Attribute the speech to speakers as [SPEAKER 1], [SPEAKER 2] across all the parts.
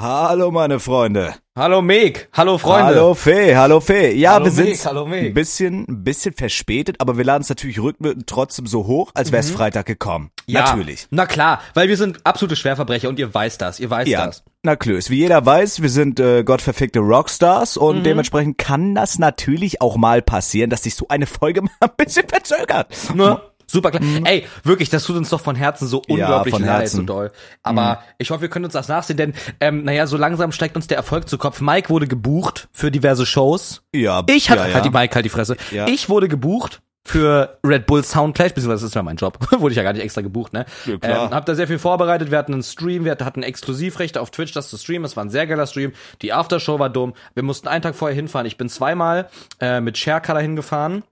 [SPEAKER 1] Hallo meine Freunde.
[SPEAKER 2] Hallo Meg, hallo Freunde.
[SPEAKER 1] Hallo Fee, hallo Fee. Ja,
[SPEAKER 2] Hallo
[SPEAKER 1] wir
[SPEAKER 2] Meg,
[SPEAKER 1] sind
[SPEAKER 2] hallo Meg.
[SPEAKER 1] ein bisschen, ein bisschen verspätet, aber wir laden es natürlich rückwirkend trotzdem so hoch, als wäre es Freitag gekommen.
[SPEAKER 2] Mhm. Ja,
[SPEAKER 1] Natürlich.
[SPEAKER 2] Na klar, weil wir sind absolute Schwerverbrecher und ihr weißt das, ihr weißt
[SPEAKER 1] Ja,
[SPEAKER 2] das.
[SPEAKER 1] na klös. Wie jeder weiß, wir sind äh, gottverfickte Rockstars
[SPEAKER 2] Mhm.
[SPEAKER 1] und dementsprechend kann das natürlich auch mal passieren, dass sich so eine Folge mal ein bisschen verzögert.
[SPEAKER 2] Ne? Super klar. Ey, wirklich, das tut uns doch von Herzen so unglaublich
[SPEAKER 1] Mhm. von
[SPEAKER 2] leid,
[SPEAKER 1] Herzen. Mhm.
[SPEAKER 2] so doll. Aber ich hoffe, wir können uns das nachsehen, denn ähm, naja, so langsam steigt uns der Erfolg zu Kopf. Mike wurde gebucht für diverse Shows.
[SPEAKER 1] Ja,
[SPEAKER 2] Ich hatte
[SPEAKER 1] ja, ja.
[SPEAKER 2] halt die Mike halt die Fresse.
[SPEAKER 1] Ja.
[SPEAKER 2] Ich wurde gebucht für Red Bull Soundclash, beziehungsweise das ist ja mein Job. wurde ich ja gar nicht extra gebucht, ne?
[SPEAKER 1] Ja, klar.
[SPEAKER 2] Ähm, hab da sehr viel vorbereitet. Wir hatten einen Stream, wir hatten Exklusivrechte auf Twitch, das zu streamen. Es war ein sehr geiler Stream. Die Aftershow war dumm. Wir mussten einen Tag vorher hinfahren. Ich bin zweimal äh, mit Sharecolor hingefahren.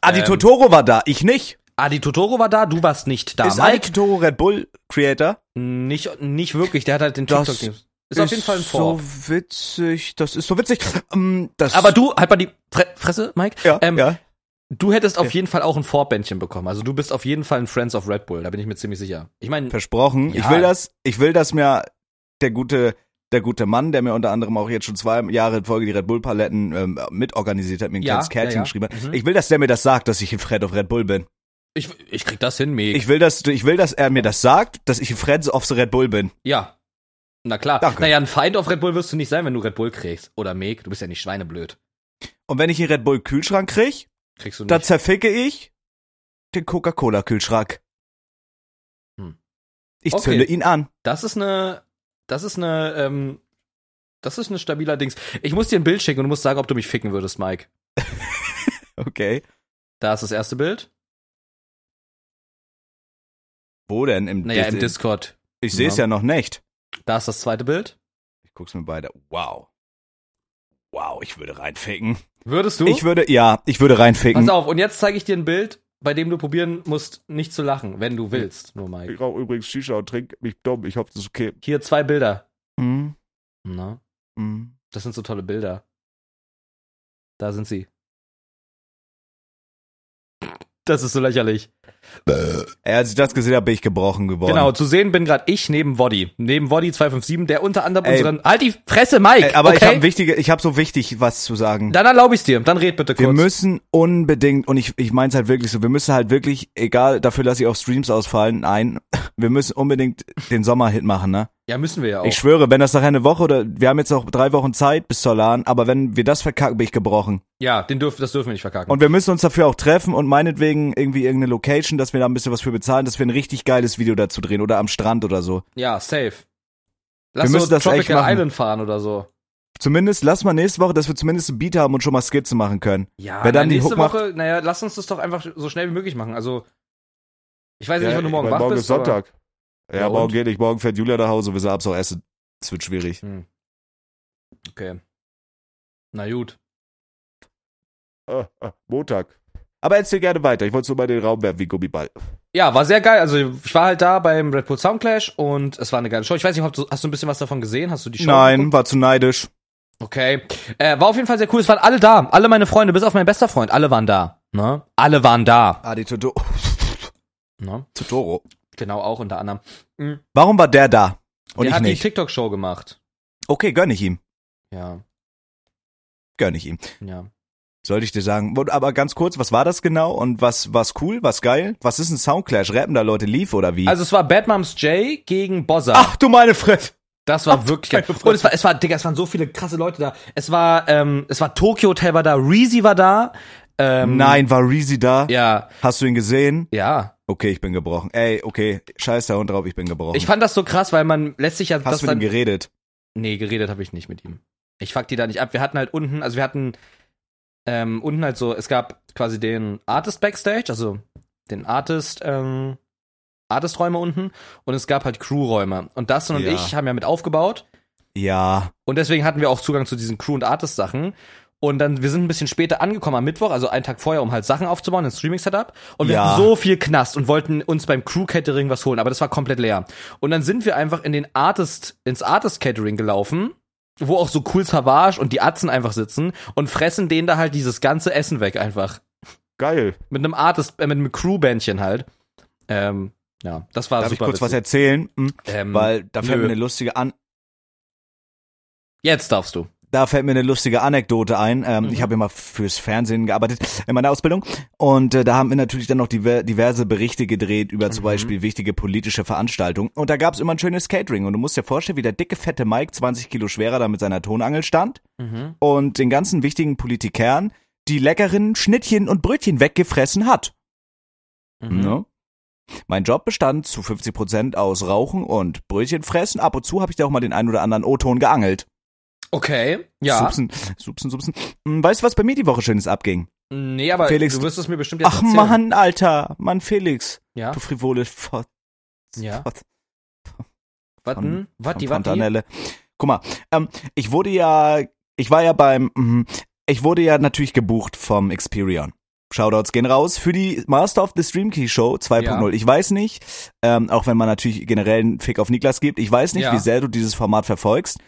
[SPEAKER 1] Ah,
[SPEAKER 2] ähm,
[SPEAKER 1] die Totoro war da, ich nicht.
[SPEAKER 2] Adi Totoro war da, du warst nicht da.
[SPEAKER 1] Ist Ike Totoro Red Bull Creator?
[SPEAKER 2] Nicht, nicht wirklich, der hat halt den
[SPEAKER 1] Das
[SPEAKER 2] TikTok. Ist, ist auf jeden Fall ein Vorwurf.
[SPEAKER 1] so witzig, das ist so witzig. Ähm, das
[SPEAKER 2] Aber du, halt mal die Fre Fresse, Mike.
[SPEAKER 1] ja,
[SPEAKER 2] ähm,
[SPEAKER 1] ja.
[SPEAKER 2] Du hättest auf jeden Fall auch ein Vorbändchen bekommen. Also du bist auf jeden Fall ein Friends of Red Bull, da bin ich mir ziemlich sicher. Ich meine,
[SPEAKER 1] Versprochen.
[SPEAKER 2] Ja.
[SPEAKER 1] Ich will das, ich will, dass mir der gute, der gute Mann, der mir unter anderem auch jetzt schon zwei Jahre in Folge die Red Bull Paletten ähm, mitorganisiert hat, mir ein
[SPEAKER 2] Ja,
[SPEAKER 1] kleines Kärtchen
[SPEAKER 2] ja, ja.
[SPEAKER 1] geschrieben hat.
[SPEAKER 2] Mhm.
[SPEAKER 1] Ich will, dass der mir das sagt, dass ich ein Fred of Red Bull bin.
[SPEAKER 2] ich, ich krieg das hin, Meg.
[SPEAKER 1] Ich will, dass, ich will, dass er mir das sagt, dass ich ein Fred of the Red Bull bin.
[SPEAKER 2] ja. Na klar.
[SPEAKER 1] Danke.
[SPEAKER 2] Naja, ein Feind auf Red Bull wirst du nicht sein, wenn du Red Bull kriegst. Oder Meg, du bist ja nicht schweineblöd.
[SPEAKER 1] Und wenn ich einen Red Bull Kühlschrank krieg,
[SPEAKER 2] Kriegst du nicht.
[SPEAKER 1] dann zerficke ich den Coca-Cola Kühlschrank.
[SPEAKER 2] Hm.
[SPEAKER 1] Ich
[SPEAKER 2] Okay.
[SPEAKER 1] zünde ihn an.
[SPEAKER 2] Das ist eine, das ist eine, ähm, das ist ein stabiler Dings. Ich muss dir ein Bild schicken und du musst sagen, ob du mich ficken würdest, Mike.
[SPEAKER 1] Okay.
[SPEAKER 2] Da ist das erste Bild.
[SPEAKER 1] Wo denn? Im,
[SPEAKER 2] Naja, im
[SPEAKER 1] Dis-
[SPEAKER 2] Discord.
[SPEAKER 1] Ich sehe es ja noch nicht.
[SPEAKER 2] Da ist das zweite Bild.
[SPEAKER 1] Ich guck's mir beide. Wow. Wow, ich würde reinficken.
[SPEAKER 2] Würdest du?
[SPEAKER 1] Ich würde, ja, ich würde reinficken.
[SPEAKER 2] Pass auf, und jetzt zeige ich dir ein Bild, bei dem du probieren musst, nicht zu lachen, wenn du willst, nur Mike.
[SPEAKER 3] Ich rauche übrigens Shisha und trinke mich dumm. Ich hoffe, das ist okay.
[SPEAKER 2] Hier zwei Bilder.
[SPEAKER 1] Hm,
[SPEAKER 2] Na,
[SPEAKER 1] hm.
[SPEAKER 2] das sind so tolle Bilder. Da sind sie. Das ist so lächerlich.
[SPEAKER 1] Ey, Als ich das gesehen habe, bin ich gebrochen geworden.
[SPEAKER 2] Genau, zu sehen bin gerade ich neben Woddy. Neben Woddy 257, der unter anderem
[SPEAKER 1] Ey.
[SPEAKER 2] unseren. Halt die Fresse, Mike!
[SPEAKER 1] Ey, aber ich habe
[SPEAKER 2] okay?
[SPEAKER 1] wichtige, ich habe so wichtig was zu sagen.
[SPEAKER 2] Dann erlaube ich's dir. Dann red bitte kurz.
[SPEAKER 1] wir müssen unbedingt, und ich, ich meine es halt wirklich so, wir müssen halt wirklich, egal dafür, dass sie auf Streams ausfallen, nein, wir müssen unbedingt den Sommerhit machen, ne?
[SPEAKER 2] ja, müssen wir ja auch.
[SPEAKER 1] Ich schwöre, wenn das nachher eine Woche oder, wir haben jetzt noch drei Wochen Zeit bis Solan, aber wenn wir das verkacken, bin ich gebrochen.
[SPEAKER 2] ja, den dürf, das dürfen wir nicht verkacken.
[SPEAKER 1] Und wir müssen uns dafür auch treffen und meinetwegen irgendwie irgendeine Location, dass wir da ein bisschen was für bezahlen, dass wir ein richtig geiles Video dazu drehen oder am Strand oder so.
[SPEAKER 2] ja, safe. Lass
[SPEAKER 1] müssen
[SPEAKER 2] uns
[SPEAKER 1] das echt
[SPEAKER 2] Tropical
[SPEAKER 1] machen.
[SPEAKER 2] Island fahren oder so.
[SPEAKER 1] Zumindest lass mal nächste Woche, dass wir zumindest ein Beat haben und schon mal Skizzen machen können.
[SPEAKER 2] Ja,
[SPEAKER 1] Wer dann
[SPEAKER 2] na,
[SPEAKER 1] die
[SPEAKER 2] nächste
[SPEAKER 1] Hook macht-
[SPEAKER 2] Woche, naja, lass uns das doch einfach so schnell wie möglich machen. Also, ich weiß ja, nicht,
[SPEAKER 3] Ja,
[SPEAKER 2] wann du
[SPEAKER 3] ich
[SPEAKER 2] morgen
[SPEAKER 3] mein,
[SPEAKER 2] wach
[SPEAKER 3] morgen
[SPEAKER 2] bist.
[SPEAKER 3] ist Sonntag. Ja,
[SPEAKER 2] Ja, und?
[SPEAKER 3] morgen geht nicht. Morgen fährt Julia nach Hause. Wir sind abends auch essen.
[SPEAKER 1] Das wird schwierig.
[SPEAKER 2] Aber, hm. Okay. Na gut.
[SPEAKER 3] Äh, äh, Montag. Aber erzähl gerne weiter. Ich wollte es nur mal in den Raum werfen wie Gummiball.
[SPEAKER 2] Ja, war sehr geil. Also, ich war halt da beim Red Bull Soundclash und es war eine geile Show. Ich weiß nicht, ob du, hast du ein bisschen was davon gesehen? Hast du die Show?
[SPEAKER 1] Nein,
[SPEAKER 2] geguckt?
[SPEAKER 1] war zu neidisch.
[SPEAKER 2] Okay. Äh, war auf jeden Fall sehr cool. Es waren alle da. Alle meine Freunde, bis auf mein bester Freund. Alle waren da. Ne? Alle waren da.
[SPEAKER 1] Adi Toto
[SPEAKER 2] Ne?
[SPEAKER 1] Totoro.
[SPEAKER 2] Genau, auch unter anderem.
[SPEAKER 1] Warum war der da? Und
[SPEAKER 2] Der
[SPEAKER 1] ich
[SPEAKER 2] hat die
[SPEAKER 1] nicht.
[SPEAKER 2] TikTok-Show gemacht.
[SPEAKER 1] Okay, gönn ich ihm.
[SPEAKER 2] Ja,
[SPEAKER 1] Gönn ich ihm.
[SPEAKER 2] ja.
[SPEAKER 1] Sollte ich dir sagen. Und- Aber ganz kurz, was war das genau? Und was was cool? Was geil? Was ist ein Soundclash? Rappen da Leute lief oder wie?
[SPEAKER 2] Also, es war Bad Moms J gegen Bozza.
[SPEAKER 1] Ach du meine Fresse.
[SPEAKER 2] Das war wirklich geil. Und es war, es war, Digga, es waren so viele krasse Leute da. Es war, ähm, es war Tokyo Hotel war da, Reezy war da. Ähm,
[SPEAKER 1] Nein, war Reezy da?
[SPEAKER 2] Ja,
[SPEAKER 1] Hast du ihn gesehen?
[SPEAKER 2] ja.
[SPEAKER 1] Okay, ich bin gebrochen. Ey, okay, scheiß da Hund drauf, ich bin gebrochen.
[SPEAKER 2] Ich fand das so krass, weil man lässt sich ja das
[SPEAKER 1] Hast du mit ihm
[SPEAKER 2] dann.
[SPEAKER 1] geredet?
[SPEAKER 2] Nee, geredet habe ich nicht mit ihm. Ich fuck die da nicht ab. Wir hatten halt unten, also wir hatten ähm, unten halt so, es gab quasi den Artist Backstage, also den Artist, ähm, Artist-Räume unten und es gab halt Crew-Räume. Und Dustin
[SPEAKER 1] Ja.
[SPEAKER 2] und ich haben ja mit aufgebaut.
[SPEAKER 1] Ja.
[SPEAKER 2] Und deswegen hatten wir auch Zugang zu diesen Crew- und Artist-Sachen. Und dann, wir sind ein bisschen später angekommen am Mittwoch, also einen Tag vorher, um halt Sachen aufzubauen, ein Streaming-Setup. Und wir
[SPEAKER 1] Ja.
[SPEAKER 2] hatten so viel Knast und wollten uns beim Crew-Catering was holen, aber das war komplett leer. Und dann sind wir einfach in den Artist, ins Artist-Catering gelaufen, wo auch so cool Savage und die Atzen einfach sitzen und fressen denen da halt dieses ganze Essen weg einfach.
[SPEAKER 3] Geil.
[SPEAKER 2] Mit einem Artist, äh, mit einem Crew-Bändchen halt. Ähm, ja, das war
[SPEAKER 1] Darf ich
[SPEAKER 2] super.
[SPEAKER 1] kurz was
[SPEAKER 2] witzig.
[SPEAKER 1] erzählen? Hm?
[SPEAKER 2] ähm,
[SPEAKER 1] Weil da fällt
[SPEAKER 2] nö.
[SPEAKER 1] mir eine lustige an.
[SPEAKER 2] Jetzt darfst du.
[SPEAKER 1] Da fällt mir eine lustige Anekdote ein. Ähm,
[SPEAKER 2] Mhm.
[SPEAKER 1] Ich habe immer fürs Fernsehen gearbeitet in meiner Ausbildung. Und äh, da haben wir natürlich dann noch diver diverse Berichte gedreht über
[SPEAKER 2] Mhm.
[SPEAKER 1] zum Beispiel wichtige politische Veranstaltungen. Und da gab es immer ein schönes Catering. Und du musst dir vorstellen, wie der dicke, fette Mike, 20 Kilo schwerer, da mit seiner Tonangel stand
[SPEAKER 2] Mhm.
[SPEAKER 1] und den ganzen wichtigen Politikern die leckeren Schnittchen und Brötchen weggefressen hat.
[SPEAKER 2] Mhm.
[SPEAKER 1] Ne? Mein Job bestand zu 50% aus Rauchen und Brötchen fressen. Ab und zu habe ich da auch mal den einen oder anderen O-Ton geangelt.
[SPEAKER 2] Okay, ja.
[SPEAKER 1] Supsen, supsen, supsen. Hm, Weißt du, was bei mir die Woche Schönes abging?
[SPEAKER 2] Nee, aber
[SPEAKER 1] Felix,
[SPEAKER 2] du wirst es mir bestimmt jetzt
[SPEAKER 1] Ach
[SPEAKER 2] erzählen.
[SPEAKER 1] Mann, Alter. Mann, Felix.
[SPEAKER 2] Ja,
[SPEAKER 1] Du frivole Fott.
[SPEAKER 2] ja.
[SPEAKER 1] Fott.
[SPEAKER 2] Watten, watti, watti.
[SPEAKER 1] Fontanelle. Guck mal, ähm, ich wurde ja, ich war ja beim, mhm, ich wurde ja natürlich gebucht vom Experion. Shoutouts gehen raus für die Master of the Stream Key Show 2.0. Ich weiß nicht, ähm, auch wenn man natürlich generell einen Fick auf Niklas gibt, ich weiß nicht,
[SPEAKER 2] Ja.
[SPEAKER 1] wie sehr du dieses Format verfolgst.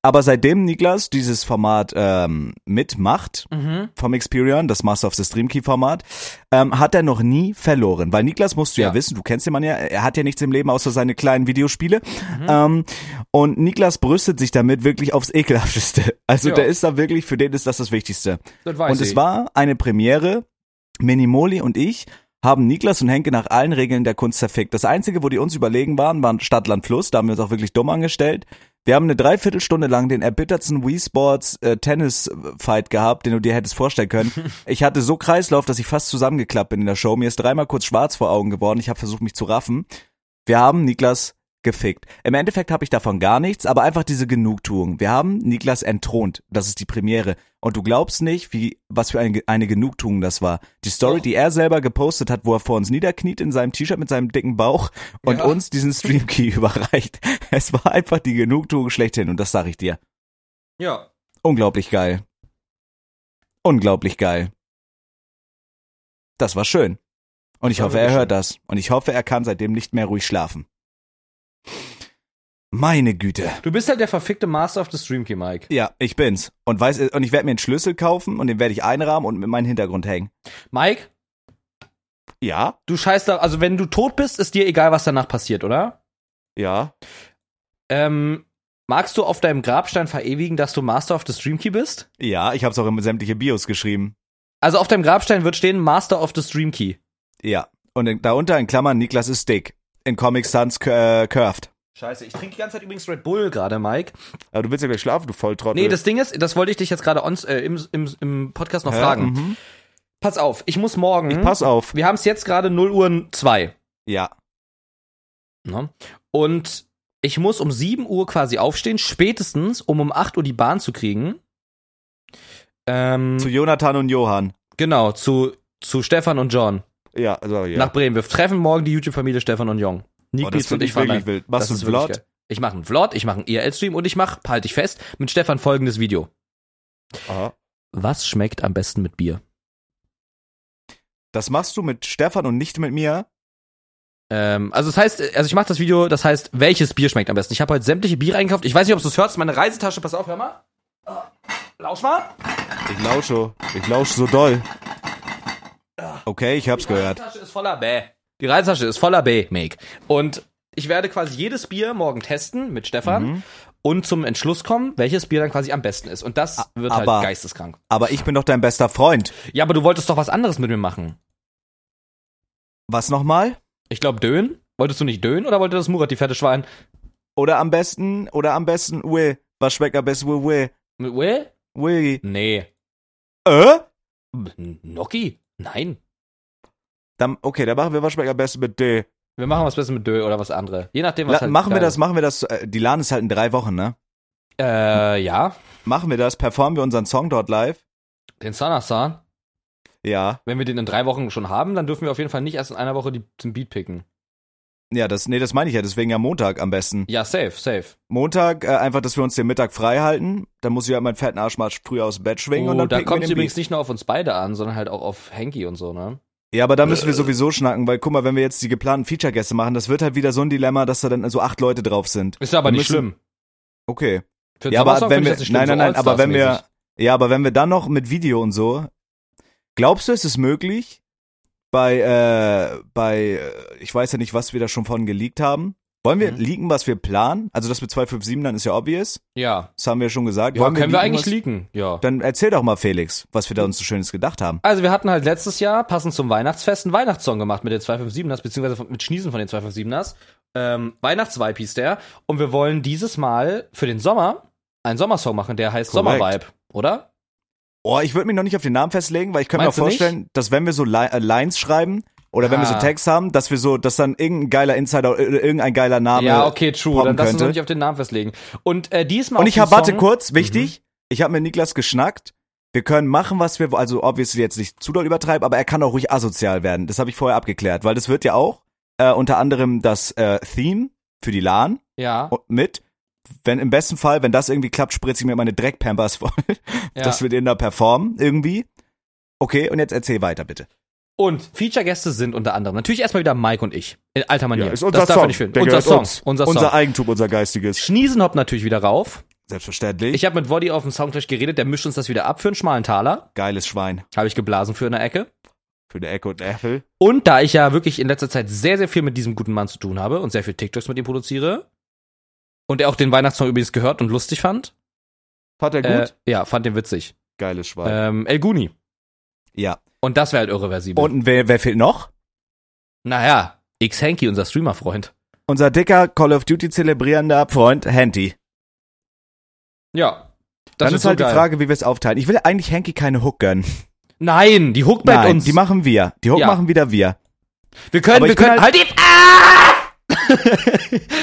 [SPEAKER 1] Aber seitdem Niklas dieses Format ähm, mitmacht,
[SPEAKER 2] Mhm.
[SPEAKER 1] vom Experion, das Master of the Stream Key Format, ähm, hat er noch nie verloren. Weil Niklas musst du ja,
[SPEAKER 2] Ja.
[SPEAKER 1] wissen, du kennst den Mann ja, er hat ja nichts im Leben außer seine kleinen Videospiele.
[SPEAKER 2] Mhm.
[SPEAKER 1] Ähm, und Niklas brüstet sich damit wirklich aufs Ekelhafteste. Also
[SPEAKER 2] Ja.
[SPEAKER 1] der ist da wirklich, für den ist das das Wichtigste.
[SPEAKER 2] Das weiß
[SPEAKER 1] und
[SPEAKER 2] ich.
[SPEAKER 1] es war eine Premiere. Minimoli und ich haben Niklas und Henke nach allen Regeln der Kunst zerfickt. Das Einzige, wo die uns überlegen waren, waren Stadt, Land, Fluss. Da haben wir uns auch wirklich dumm angestellt. Wir haben eine Dreiviertelstunde lang den erbittertsten Wii Sports äh, Tennis Fight gehabt, den du dir hättest vorstellen können. Ich hatte so Kreislauf, dass ich fast zusammengeklappt bin in der Show. Mir ist dreimal kurz schwarz vor Augen geworden. Ich habe versucht, mich zu raffen. Wir haben Niklas gefickt. Im Endeffekt habe ich davon gar nichts, aber einfach diese Genugtuung. Wir haben Niklas entthront. Das ist die Premiere. Und du glaubst nicht, wie, was für eine, eine Genugtuung das war. Die Story,
[SPEAKER 2] Doch.
[SPEAKER 1] die er selber gepostet hat, wo er vor uns niederkniet in seinem T-Shirt mit seinem dicken Bauch und
[SPEAKER 2] Ja.
[SPEAKER 1] uns diesen Streamkey überreicht. Es war einfach die Genugtuung schlechthin und das sag ich dir.
[SPEAKER 2] Ja.
[SPEAKER 1] Unglaublich geil. Unglaublich geil. Das war schön. Und ich
[SPEAKER 2] war
[SPEAKER 1] hoffe, er
[SPEAKER 2] wirklich schön.
[SPEAKER 1] hört das. Und ich hoffe, er kann seitdem nicht mehr ruhig schlafen. Meine Güte.
[SPEAKER 2] Du bist halt der verfickte Master of the Stream Key, Mike.
[SPEAKER 1] Ja, ich bin's. Und weiß, und ich werde mir einen Schlüssel kaufen und den werde ich einrahmen und mit meinem Hintergrund hängen.
[SPEAKER 2] Mike,
[SPEAKER 3] Ja,
[SPEAKER 2] du scheißt da, also wenn du tot bist, ist dir egal, was danach passiert, oder?
[SPEAKER 3] ja.
[SPEAKER 2] Ähm, magst du auf deinem Grabstein verewigen, dass du Master of the Stream Key bist?
[SPEAKER 1] Ja, ich hab's auch in sämtliche Bios geschrieben.
[SPEAKER 2] Also auf deinem Grabstein wird stehen Master of the Stream Key.
[SPEAKER 1] Ja. Und in, darunter in Klammern, Niklas ist dick. In Comic Sans äh, curved.
[SPEAKER 2] Scheiße, ich trinke die ganze Zeit übrigens Red Bull gerade, Mike.
[SPEAKER 3] Aber du willst ja gleich schlafen, du Volltrottel.
[SPEAKER 2] Nee, das Ding ist, das wollte ich dich jetzt gerade ons- äh, im, im, im Podcast noch
[SPEAKER 1] Hä?
[SPEAKER 2] fragen.
[SPEAKER 1] Mhm.
[SPEAKER 2] Pass auf, ich muss morgen.
[SPEAKER 3] Pass auf.
[SPEAKER 2] Wir haben es jetzt gerade 0 Uhr 2.
[SPEAKER 1] Ja.
[SPEAKER 2] Ne? Und ich muss um 7 Uhr quasi aufstehen, spätestens, um um 8 Uhr die Bahn zu kriegen.
[SPEAKER 3] Mhm.
[SPEAKER 2] Ähm,
[SPEAKER 1] Zu Jonathan und Johann.
[SPEAKER 2] genau, zu, zu Stefan und John
[SPEAKER 3] Ja, sorry. Ja.
[SPEAKER 2] nach Bremen. Wir treffen morgen die YouTube-Familie Stefan und Jong. Nick
[SPEAKER 1] Oh, das
[SPEAKER 2] Beats und
[SPEAKER 1] finde
[SPEAKER 2] ich
[SPEAKER 1] ich
[SPEAKER 2] fahren
[SPEAKER 1] wirklich
[SPEAKER 2] dann.
[SPEAKER 1] wild. Machst du
[SPEAKER 2] Das
[SPEAKER 1] einen
[SPEAKER 2] ist wirklich
[SPEAKER 1] Vlog?
[SPEAKER 2] geil. Ich mache einen Vlog, ich mache einen IRL-Stream und ich mache, halte ich fest, mit Stefan folgendes Video.
[SPEAKER 3] Aha.
[SPEAKER 2] Was schmeckt am besten mit Bier?
[SPEAKER 1] Das machst du mit Stefan und nicht mit mir?
[SPEAKER 2] Ähm, also das heißt, also ich mache das Video, das heißt, welches Bier schmeckt am besten. Ich habe heute sämtliche Biere eingekauft. Ich weiß nicht, ob du es hörst. Meine Reisetasche, pass auf, hör mal. Ah, Lausch mal.
[SPEAKER 3] Ich lausche. Ich lausche so doll.
[SPEAKER 1] Okay, ich hab's
[SPEAKER 2] Die
[SPEAKER 1] gehört.
[SPEAKER 2] Reisetasche ist voller B. Die Reisetasche ist voller B, Make. Und ich werde quasi jedes Bier morgen testen mit Stefan
[SPEAKER 1] Mhm.
[SPEAKER 2] und zum Entschluss kommen, welches Bier dann quasi am besten ist. Und das wird
[SPEAKER 1] aber-
[SPEAKER 2] halt geisteskrank.
[SPEAKER 1] Aber ich bin doch dein bester Freund.
[SPEAKER 2] Ja, aber du wolltest doch was anderes mit mir machen.
[SPEAKER 1] Was nochmal?
[SPEAKER 2] Ich glaube, Dön. Wolltest du nicht Dön oder wollte das Murat, die fette Schwein?
[SPEAKER 1] Oder am besten, oder am besten, Will. Was schmeckt am besten, Will, Will?
[SPEAKER 2] Mit Will?
[SPEAKER 1] Will.
[SPEAKER 2] Äh, Nee.
[SPEAKER 1] Äh?
[SPEAKER 2] Noki? Nein.
[SPEAKER 1] Dann, okay, dann machen wir was schmeckt am besten mit D.
[SPEAKER 2] Wir machen was besser mit Dö oder was andere. Je nachdem, was
[SPEAKER 1] La
[SPEAKER 2] halt
[SPEAKER 1] machen wir
[SPEAKER 2] geil
[SPEAKER 1] das, machen wir das. Äh, die LAN ist halt in drei Wochen, ne?
[SPEAKER 2] ist. Äh, ja.
[SPEAKER 1] Machen wir das, performen wir unseren Song dort live.
[SPEAKER 2] Den Sanasan.
[SPEAKER 1] Ja.
[SPEAKER 2] Wenn wir den in drei Wochen schon haben, dann dürfen wir auf jeden Fall nicht erst in einer Woche die, den Beat picken.
[SPEAKER 1] Ja, das, nee, das meine ich ja, deswegen ja Montag am besten.
[SPEAKER 2] Ja, safe, safe.
[SPEAKER 1] Montag, äh, einfach, dass wir uns den Mittag frei halten. Dann muss ich ja meinen fetten Arsch mal früh aus dem Bett schwingen
[SPEAKER 2] oh,
[SPEAKER 1] und dann
[SPEAKER 2] da
[SPEAKER 1] picken wir
[SPEAKER 2] kommt es
[SPEAKER 1] den
[SPEAKER 2] übrigens
[SPEAKER 1] Beat.
[SPEAKER 2] nicht nur auf uns beide an, sondern halt auch auf Hanky und so, ne?
[SPEAKER 1] Ja, aber da müssen wir sowieso schnacken, weil guck mal, wenn wir jetzt die geplanten Feature-Gäste machen, das wird halt wieder so ein Dilemma, dass da dann so acht Leute drauf sind.
[SPEAKER 2] Ist ja aber
[SPEAKER 1] Wir
[SPEAKER 2] nicht
[SPEAKER 1] müssen-
[SPEAKER 2] schlimm.
[SPEAKER 1] Okay.
[SPEAKER 2] Für den
[SPEAKER 1] Ja, aber
[SPEAKER 2] Sommersong
[SPEAKER 1] wenn
[SPEAKER 2] finde
[SPEAKER 1] wir,
[SPEAKER 2] ich das nicht schlimm,
[SPEAKER 1] nein, nein,
[SPEAKER 2] so
[SPEAKER 1] nein, aber wenn wir,
[SPEAKER 2] All-Stars-mäßig.
[SPEAKER 1] ja, aber wenn wir dann noch mit Video und so, glaubst du, ist es möglich, bei, äh, bei, äh, ich weiß ja nicht, was wir da schon von geleakt haben, Wollen wir
[SPEAKER 2] Mhm.
[SPEAKER 1] leaken, was wir planen? Also das mit 257 dann ist ja obvious.
[SPEAKER 2] Ja.
[SPEAKER 1] Das haben wir schon gesagt.
[SPEAKER 2] ja
[SPEAKER 1] Wollen
[SPEAKER 2] können wir
[SPEAKER 1] leaken, was-
[SPEAKER 2] eigentlich leaken? Ja.
[SPEAKER 1] Dann erzähl doch mal, Felix, was wir da uns so Schönes gedacht haben.
[SPEAKER 2] Also wir hatten halt letztes Jahr passend zum Weihnachtsfest einen Weihnachtssong gemacht mit den 257ers, beziehungsweise von- mit Schniesen von den 257ers. Ähm, Weihnachts-Vibe hieß der. Und wir wollen dieses Mal für den Sommer einen Sommersong machen, der heißt
[SPEAKER 3] Korrekt.
[SPEAKER 2] Sommer-Vibe, oder?
[SPEAKER 1] Oh, ich würde mich noch nicht auf den Namen festlegen, weil ich kann mir auch
[SPEAKER 2] Meinst du nicht?
[SPEAKER 1] vorstellen, dass wenn wir so Li äh, Lines schreiben oder wenn wir so
[SPEAKER 2] Ah.
[SPEAKER 1] Tags haben, dass wir so, dass dann irgendein geiler Insider oder irgendein geiler Name.
[SPEAKER 2] ja, okay, true.
[SPEAKER 1] poppen
[SPEAKER 2] Dann lass uns
[SPEAKER 1] könnte.
[SPEAKER 2] doch nicht auf den Namen festlegen. Und äh, diesmal
[SPEAKER 1] Und
[SPEAKER 2] auf
[SPEAKER 1] ich
[SPEAKER 2] den
[SPEAKER 1] habe, warte
[SPEAKER 2] Song- Mhm.
[SPEAKER 1] kurz, wichtig, ich habe mit Niklas geschnackt. Wir können machen, was wir, also obviously jetzt nicht zu doll übertreiben, aber er kann auch ruhig asozial werden. Das habe ich vorher abgeklärt, weil das wird ja auch äh, unter anderem das äh, Theme für die LAN
[SPEAKER 2] Ja,
[SPEAKER 3] Oh,
[SPEAKER 1] o- mit. Wenn im besten Fall, wenn das irgendwie klappt, spritze ich mir meine Dreckpampers voll.
[SPEAKER 2] ja.
[SPEAKER 1] Das wird in da performen irgendwie. Okay, und jetzt erzähl weiter bitte.
[SPEAKER 2] Und Feature-Gäste sind unter anderserem natürlich erstmal wieder Mike und ich. In alter Manier.
[SPEAKER 3] Ja, ist unser
[SPEAKER 2] das darf
[SPEAKER 3] Song.
[SPEAKER 2] man nicht fühlen.
[SPEAKER 3] Der
[SPEAKER 2] Unser
[SPEAKER 3] gehört
[SPEAKER 2] Song.
[SPEAKER 3] uns.
[SPEAKER 2] Unser Song.
[SPEAKER 3] Unser Eigentum, unser geistiges.
[SPEAKER 2] Schniesen hoppt natürlich wieder rauf.
[SPEAKER 1] Selbstverständlich.
[SPEAKER 2] Ich habe mit Woddy auf dem Soundclash geredet, der mischt uns das wieder ab für einen schmalen Taler.
[SPEAKER 1] Geiles Schwein
[SPEAKER 2] Habe ich geblasen für eine Ecke.
[SPEAKER 3] Für eine Ecke und einen Äffel.
[SPEAKER 2] Und da ich ja wirklich in letzter Zeit sehr, sehr viel mit diesem guten Mann zu tun habe und sehr viel TikToks mit ihm produziere und er auch den Weihnachtssong übrigens gehört und lustig fand,
[SPEAKER 3] Fand er
[SPEAKER 2] äh,
[SPEAKER 3] gut?
[SPEAKER 2] ja, fand den witzig.
[SPEAKER 3] Geiles Schwein.
[SPEAKER 2] Ähm, El Guni.
[SPEAKER 1] Ja.
[SPEAKER 2] Und das wäre halt irreversibel.
[SPEAKER 1] Und wer, wer fehlt noch?
[SPEAKER 2] naja, X-Hanky, unser Streamer-Freund.
[SPEAKER 1] Unser dicker Call of Duty zelebrierender Freund Henty.
[SPEAKER 2] Ja.
[SPEAKER 1] Dann
[SPEAKER 2] wird
[SPEAKER 1] ist
[SPEAKER 2] so
[SPEAKER 1] halt
[SPEAKER 2] geil.
[SPEAKER 1] die Frage, wie wir es aufteilen. Ich will eigentlich Henky keine Hook gönnen.
[SPEAKER 2] Nein, die Hook bleibt
[SPEAKER 1] Nein,
[SPEAKER 2] uns.
[SPEAKER 1] die machen wir. Die Hook
[SPEAKER 2] Ja.
[SPEAKER 1] machen wieder wir.
[SPEAKER 2] Wir können,
[SPEAKER 1] Aber
[SPEAKER 2] wir
[SPEAKER 1] ich bin
[SPEAKER 2] können, halt, die, ah!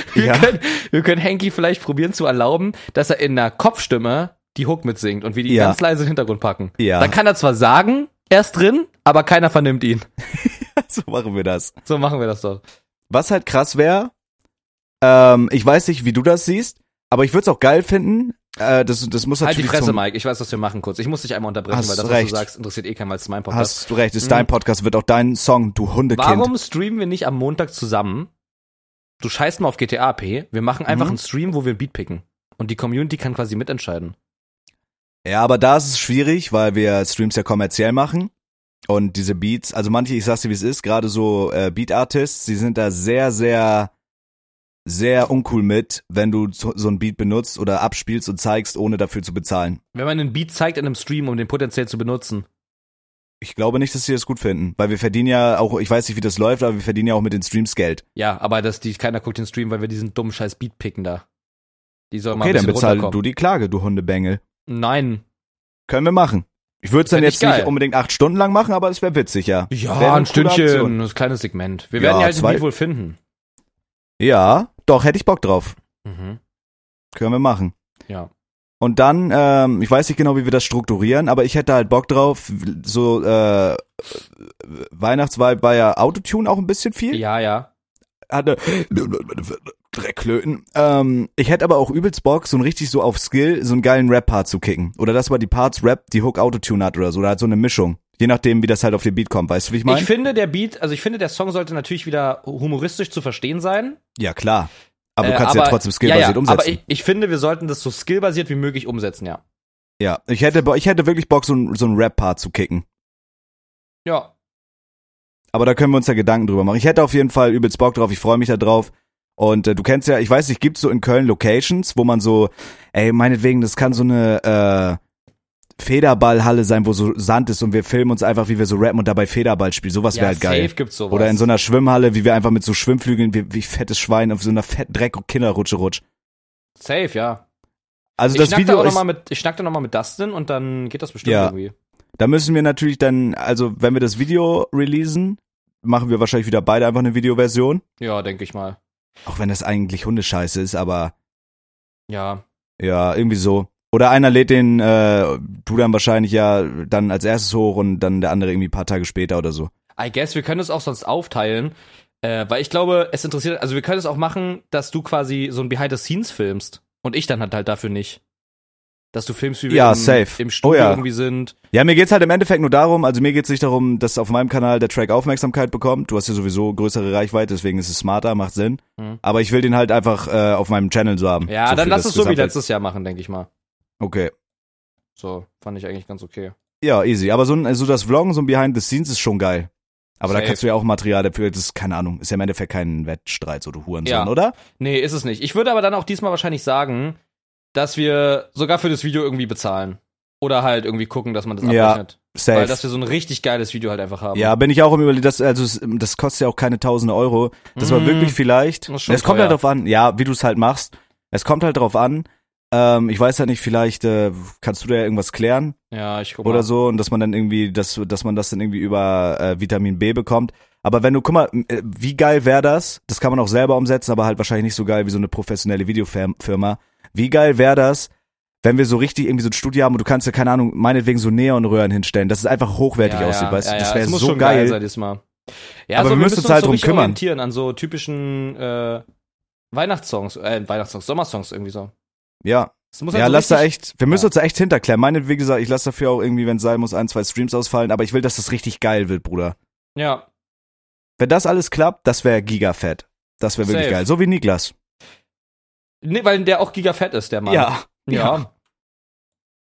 [SPEAKER 2] wir,
[SPEAKER 1] Ja.
[SPEAKER 2] können, wir können Henki vielleicht probieren zu erlauben, dass er in einer Kopfstimme die Hook mitsingt und wir die
[SPEAKER 1] Ja.
[SPEAKER 2] ganz leise in den Hintergrund packen.
[SPEAKER 1] Ja.
[SPEAKER 2] Dann kann er zwar sagen, er ist drin, aber keiner vernimmt ihn.
[SPEAKER 1] So machen wir das.
[SPEAKER 2] So machen wir das doch.
[SPEAKER 1] Was halt krass wäre, ähm, ich weiß nicht, wie du das siehst, aber ich würde es auch geil finden. Äh, das, das muss
[SPEAKER 2] halt die
[SPEAKER 1] natürlich
[SPEAKER 2] Fresse,
[SPEAKER 1] zum,
[SPEAKER 2] Mike. Ich weiß, was wir machen kurz. Ich muss dich einmal unterbrechen,
[SPEAKER 1] Hast
[SPEAKER 2] weil das,
[SPEAKER 1] recht.
[SPEAKER 2] was du sagst, interessiert eh keinen, weil es mein Podcast Mhm.
[SPEAKER 1] Hast du recht, ist dein Podcast, wird auch dein Song, du Hundekind.
[SPEAKER 2] Warum streamen wir nicht am Montag zusammen? Du scheißt mal auf GTA P. Wir machen einfach
[SPEAKER 1] Mhm.
[SPEAKER 2] einen Stream, wo wir ein Beat picken. Und die Community kann quasi mitentscheiden.
[SPEAKER 1] Ja, aber da ist es schwierig, weil wir Streams ja kommerziell machen. Und diese Beats, also manche, ich sag's dir, wie es ist, gerade so äh, Beat-Artists, die sind da sehr, sehr, sehr uncool mit, wenn du so, so ein Beat benutzt oder abspielst und zeigst, ohne dafür zu bezahlen.
[SPEAKER 2] Wenn man einen Beat zeigt in einem Stream, um den potenziell zu benutzen.
[SPEAKER 1] Ich glaube nicht, dass sie das gut finden, weil wir verdienen ja auch, ich weiß nicht, wie das läuft, aber wir verdienen ja auch mit den Streams Geld.
[SPEAKER 2] Ja, aber das, die, keiner guckt den Stream, weil wir diesen dummen scheiß Beat picken da. Die soll mal
[SPEAKER 1] Okay,
[SPEAKER 2] ein
[SPEAKER 1] dann
[SPEAKER 2] bisschen
[SPEAKER 1] bezahl du
[SPEAKER 2] runterkommen.
[SPEAKER 1] die Klage, du Hundebengel.
[SPEAKER 2] Nein.
[SPEAKER 1] Können wir machen. Ich würde es
[SPEAKER 2] Wär
[SPEAKER 1] dann
[SPEAKER 2] nicht
[SPEAKER 1] jetzt nicht
[SPEAKER 2] geil.
[SPEAKER 1] unbedingt acht Stunden lang machen, aber es wäre witzig, ja. Wär eine
[SPEAKER 2] Ja, ein
[SPEAKER 1] coole Aktion.
[SPEAKER 2] Stündchen, ein kleines Segment. Wir
[SPEAKER 1] Ja,
[SPEAKER 2] werden ja halt den
[SPEAKER 1] zwei-
[SPEAKER 2] Beat wohl finden.
[SPEAKER 1] Ja, doch, hätte ich Bock drauf.
[SPEAKER 2] Mhm.
[SPEAKER 1] Können wir machen.
[SPEAKER 2] Ja.
[SPEAKER 1] Und dann, ähm, ich weiß nicht genau, wie wir das strukturieren, aber ich hätte halt Bock drauf, so äh, Weihnachtsvibe war ja Autotune auch ein bisschen viel.
[SPEAKER 2] Ja, ja.
[SPEAKER 1] Hatte Drecklöten. Ähm, ich hätte aber auch übelst Bock, so ein richtig so auf Skill, so einen geilen Rap-Part zu kicken. Oder dass man die Parts Rap, die Hook Autotune hat oder so, oder halt so eine Mischung. Je nachdem, wie das halt auf den Beat kommt, weißt du, wie ich meine?
[SPEAKER 2] Ich finde, der Beat, also ich finde, der Song sollte natürlich wieder humoristisch zu verstehen sein.
[SPEAKER 1] ja, klar. Aber du
[SPEAKER 2] Äh,
[SPEAKER 1] kannst ja trotzdem skillbasiert
[SPEAKER 2] ja, ja,
[SPEAKER 1] umsetzen.
[SPEAKER 2] Aber ich, ich finde, wir sollten das so skillbasiert wie möglich umsetzen, ja.
[SPEAKER 1] ja, ich hätte, Bo- ich hätte wirklich Bock, so, ein- so einen Rap-Part zu kicken.
[SPEAKER 2] Ja.
[SPEAKER 1] Aber da können wir uns ja Gedanken drüber machen. Ich hätte auf jeden Fall übelst Bock drauf, ich freue mich da drauf. Und äh, du kennst ja, ich weiß nicht, gibt's so in Köln Locations, wo man so, ey, meinetwegen, das kann so eine äh, Federballhalle sein, wo so Sand ist und wir filmen uns einfach, wie wir so rappen und dabei Federball spielen. Sowas
[SPEAKER 2] ja,
[SPEAKER 1] wäre halt geil.
[SPEAKER 2] Safe gibt's sowas.
[SPEAKER 1] Oder in so einer Schwimmhalle, wie wir einfach mit so Schwimmflügeln, wie, wie fettes Schwein auf so einer fetten Dreck- und Kinderrutsche rutsch.
[SPEAKER 2] safe, ja.
[SPEAKER 1] Also
[SPEAKER 2] ich
[SPEAKER 1] das
[SPEAKER 2] schnack
[SPEAKER 1] Video
[SPEAKER 2] da auch
[SPEAKER 1] ist,
[SPEAKER 2] noch mal mit, ich schnack da nochmal mit Dustin und dann geht das bestimmt
[SPEAKER 1] Ja.
[SPEAKER 2] irgendwie.
[SPEAKER 1] da müssen wir natürlich dann, also wenn wir das Video releasen, machen wir wahrscheinlich wieder beide einfach eine Videoversion.
[SPEAKER 2] Ja, denke ich mal.
[SPEAKER 1] Auch wenn das eigentlich Hundescheiße ist, aber
[SPEAKER 2] Ja.
[SPEAKER 1] Ja, irgendwie so. Oder einer lädt den, äh, du dann wahrscheinlich ja dann als erstes hoch und dann der andere irgendwie ein paar Tage später oder so.
[SPEAKER 2] I guess, wir können es auch sonst aufteilen. Äh, weil ich glaube, es interessiert, also wir können es auch machen, dass du quasi so ein Behind the Scenes filmst und ich dann halt halt dafür nicht. Dass du filmst, wie wir
[SPEAKER 1] Ja,
[SPEAKER 2] im,
[SPEAKER 1] safe.
[SPEAKER 2] im Studio
[SPEAKER 1] Oh ja.
[SPEAKER 2] irgendwie sind.
[SPEAKER 1] Ja, mir geht's halt im Endeffekt nur darum, also mir geht's nicht darum, dass auf meinem Kanal der Track Aufmerksamkeit bekommt. Du hast ja sowieso größere Reichweite, deswegen ist es smarter, macht Sinn.
[SPEAKER 2] Mhm.
[SPEAKER 1] Aber ich will den halt einfach äh, auf meinem Channel so haben.
[SPEAKER 2] Ja,
[SPEAKER 1] so
[SPEAKER 2] dann
[SPEAKER 1] für
[SPEAKER 2] lass
[SPEAKER 1] das
[SPEAKER 2] es so wie
[SPEAKER 1] Gesamte.
[SPEAKER 2] letztes Jahr machen, denke ich mal.
[SPEAKER 1] Okay.
[SPEAKER 2] So, fand ich eigentlich ganz okay.
[SPEAKER 1] also Ja, easy. Aber so, ein, so das Vloggen, so ein Behind the Scenes ist schon geil. Aber da
[SPEAKER 2] Safe.
[SPEAKER 1] kannst du ja auch Material dafür, das ist keine Ahnung, ist ja im Endeffekt kein Wettstreit, so du Hurensohn,
[SPEAKER 2] Ja.
[SPEAKER 1] oder?
[SPEAKER 2] Nee, ist es nicht. Ich würde aber dann auch diesmal wahrscheinlich sagen, dass wir sogar für das Video irgendwie bezahlen. Oder halt irgendwie gucken, dass man das
[SPEAKER 1] Ja,
[SPEAKER 2] abrechnet.
[SPEAKER 1] Safe.
[SPEAKER 2] Weil dass wir so ein richtig geiles Video halt einfach haben.
[SPEAKER 1] ja, bin ich auch im Überlegen, das, also, es- das kostet ja auch keine tausende Euro. Das war
[SPEAKER 2] Mm.
[SPEAKER 1] wirklich vielleicht.
[SPEAKER 2] Das ist schon
[SPEAKER 1] Es kommt
[SPEAKER 2] teuer.
[SPEAKER 1] halt drauf an, ja, wie du es halt machst. Es kommt halt drauf an. Ähm, ich weiß ja nicht, vielleicht äh, kannst du da ja irgendwas klären.
[SPEAKER 2] Ja, ich guck mal.
[SPEAKER 1] oder so und dass man dann irgendwie das dass man das dann irgendwie über äh, Vitamin B bekommt aber wenn du guck mal m- äh, wie geil wäre das das kann man auch selber umsetzen aber halt wahrscheinlich nicht so geil wie so eine professionelle Videofirma wie geil wäre das wenn wir so richtig irgendwie so ein Studio haben und du kannst ja keine Ahnung meinetwegen so Neonröhren hinstellen dass es einfach hochwertig
[SPEAKER 2] ja,
[SPEAKER 1] aussieht
[SPEAKER 2] ja,
[SPEAKER 1] weißt du
[SPEAKER 2] ja,
[SPEAKER 1] das
[SPEAKER 2] ja.
[SPEAKER 1] wäre
[SPEAKER 2] Es muss
[SPEAKER 1] so
[SPEAKER 2] schon
[SPEAKER 1] geil,
[SPEAKER 2] sein diesmal. Ja,
[SPEAKER 1] Aber
[SPEAKER 2] so,
[SPEAKER 1] wir müssen uns halt
[SPEAKER 2] so
[SPEAKER 1] drum
[SPEAKER 2] richtig
[SPEAKER 1] kümmern.
[SPEAKER 2] orientieren an so typischen äh, Weihnachtssongs, äh, Weihnachtssongs, Sommersongs irgendwie so.
[SPEAKER 1] ja
[SPEAKER 2] Es muss
[SPEAKER 1] ja
[SPEAKER 2] halt so
[SPEAKER 1] lass da
[SPEAKER 2] richtig-
[SPEAKER 1] echt wir müssen uns da echt hinterklären meine wie gesagt ich lasse dafür auch irgendwie wenn es sein muss ein zwei Streams ausfallen aber ich will dass das richtig geil wird Bruder
[SPEAKER 2] Ja,
[SPEAKER 1] wenn das alles klappt das wäre gigafett das wäre wirklich
[SPEAKER 2] Safe.
[SPEAKER 1] geil so wie Niklas
[SPEAKER 2] nee, weil der auch gigafett ist, der Mann. ja.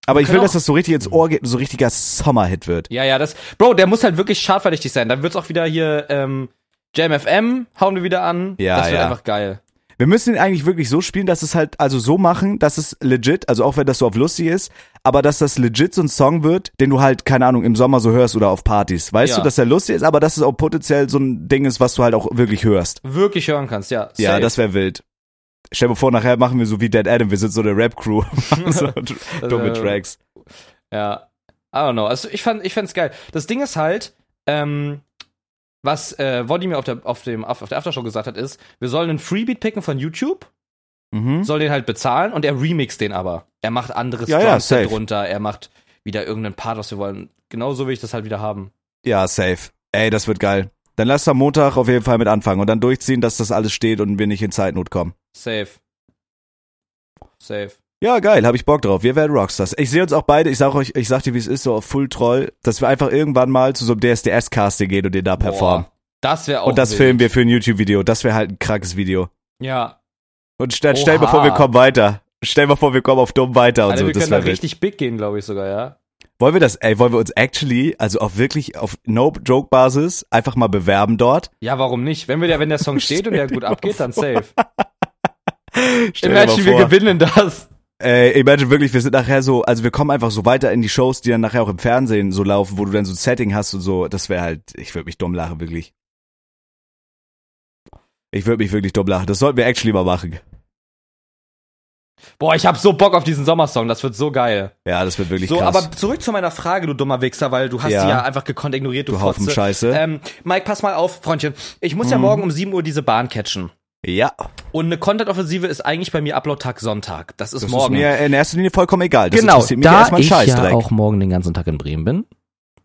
[SPEAKER 1] Aber ich
[SPEAKER 2] können
[SPEAKER 1] will, dass
[SPEAKER 2] auch-
[SPEAKER 1] das so richtig ins Ohr geht und so richtiger Sommerhit wird.
[SPEAKER 2] Ja, ja, das. Bro, der muss halt wirklich schadverdächtig sein. Dann wird's auch wieder hier, ähm, JamFM hauen wir wieder an.
[SPEAKER 1] Ja,
[SPEAKER 2] Das wird
[SPEAKER 1] ja.
[SPEAKER 2] einfach geil.
[SPEAKER 1] Wir müssen ihn eigentlich wirklich so spielen, dass es halt, also so machen, dass es legit, also auch wenn das so auf lustig ist, aber dass das legit so ein Song wird, den du halt, keine Ahnung, im Sommer so hörst oder auf Partys. Weißt
[SPEAKER 2] Ja.
[SPEAKER 1] du, dass er lustig ist, aber dass es auch potenziell so ein Ding ist, was du halt auch wirklich hörst.
[SPEAKER 2] Wirklich hören kannst, ja. Safe.
[SPEAKER 1] Ja, das wäre wild. Stell dir vor, nachher machen wir so wie Dead Adam, wir sind so eine Rap-Crew. machen so dumme
[SPEAKER 2] äh,
[SPEAKER 1] Tracks.
[SPEAKER 2] Ja. I don't know. Also ich fand, ich fand's geil. Das Ding ist halt, ähm, was äh, Wodimir auf der, auf, dem, auf, auf der Aftershow gesagt hat, ist, wir sollen einen Freebeat picken von YouTube,
[SPEAKER 1] Mhm.
[SPEAKER 2] soll den halt bezahlen und er remixt den aber. Er macht anderes
[SPEAKER 1] Ja, ja,
[SPEAKER 2] Drumset
[SPEAKER 1] safe.
[SPEAKER 2] drunter, er macht wieder irgendeinen Part, was wir wollen. Genauso will ich das halt wieder haben.
[SPEAKER 1] Ja, safe. Ey, das wird geil. Dann lass am Montag auf jeden Fall mit anfangen und dann durchziehen, dass das alles steht und wir nicht in Zeitnot kommen.
[SPEAKER 2] Safe. Safe.
[SPEAKER 1] Ja, geil, hab ich Bock drauf. Wir werden Rockstars. Ich sehe uns auch beide, ich sag euch, ich sag dir, wie es ist, so auf Full Troll, dass wir einfach irgendwann mal zu so einem DSDS-Casting gehen und den da performen.
[SPEAKER 2] Boah, das wäre auch.
[SPEAKER 1] und das
[SPEAKER 2] wild.
[SPEAKER 1] filmen wir für ein YouTube-Video. Das wäre halt ein krankes Video.
[SPEAKER 2] Ja.
[SPEAKER 1] Und stell, stell mal
[SPEAKER 2] Oha.
[SPEAKER 1] vor, wir kommen weiter. Stell mal vor, wir kommen auf dumm weiter und
[SPEAKER 2] Alter,
[SPEAKER 1] so.
[SPEAKER 2] wir
[SPEAKER 1] Das
[SPEAKER 2] können da
[SPEAKER 1] wäre wild.
[SPEAKER 2] richtig big gehen, glaube ich sogar, ja.
[SPEAKER 1] Wollen wir das, ey, wollen wir uns actually, also auch wirklich auf No-Joke-Basis einfach mal bewerben dort?
[SPEAKER 2] Ja, warum nicht? Wenn wir der, wenn der Song steht und der gut abgeht, dann safe.
[SPEAKER 1] Stell dir mal
[SPEAKER 2] Imagine, wir
[SPEAKER 1] vor.
[SPEAKER 2] gewinnen das.
[SPEAKER 1] Äh, imagine wirklich, wir sind nachher so, also wir kommen einfach so weiter in die Shows, die dann nachher auch im Fernsehen so laufen, wo du dann so ein Setting hast und so. Das wäre halt, ich würde mich dumm lachen, wirklich. Ich würde mich wirklich dumm lachen. Das sollten wir actually mal machen.
[SPEAKER 2] Boah, ich hab so Bock auf diesen Sommersong, das wird so geil.
[SPEAKER 1] Ja, das wird wirklich
[SPEAKER 2] So,
[SPEAKER 1] krass.
[SPEAKER 2] aber zurück zu meiner Frage, du dummer Wichser, weil du hast
[SPEAKER 1] Ja.
[SPEAKER 2] sie ja einfach gekonnt ignoriert, du,
[SPEAKER 1] du Haufen
[SPEAKER 2] Fotze.
[SPEAKER 1] Scheiße. Mhm.
[SPEAKER 2] Ähm, Mike, pass mal auf, Freundchen. Ich muss ja morgen um 7 Uhr diese Bahn catchen.
[SPEAKER 1] ja,
[SPEAKER 2] Und eine Content-Offensive ist eigentlich bei mir Upload-Tag Sonntag. Das ist
[SPEAKER 1] das
[SPEAKER 2] morgen.
[SPEAKER 1] ist mir in erster Linie vollkommen egal. Das
[SPEAKER 2] genau,
[SPEAKER 1] interessiert mich
[SPEAKER 2] da
[SPEAKER 1] erstmal
[SPEAKER 2] ich
[SPEAKER 1] Scheißdreck.
[SPEAKER 2] ja auch morgen den ganzen Tag in Bremen bin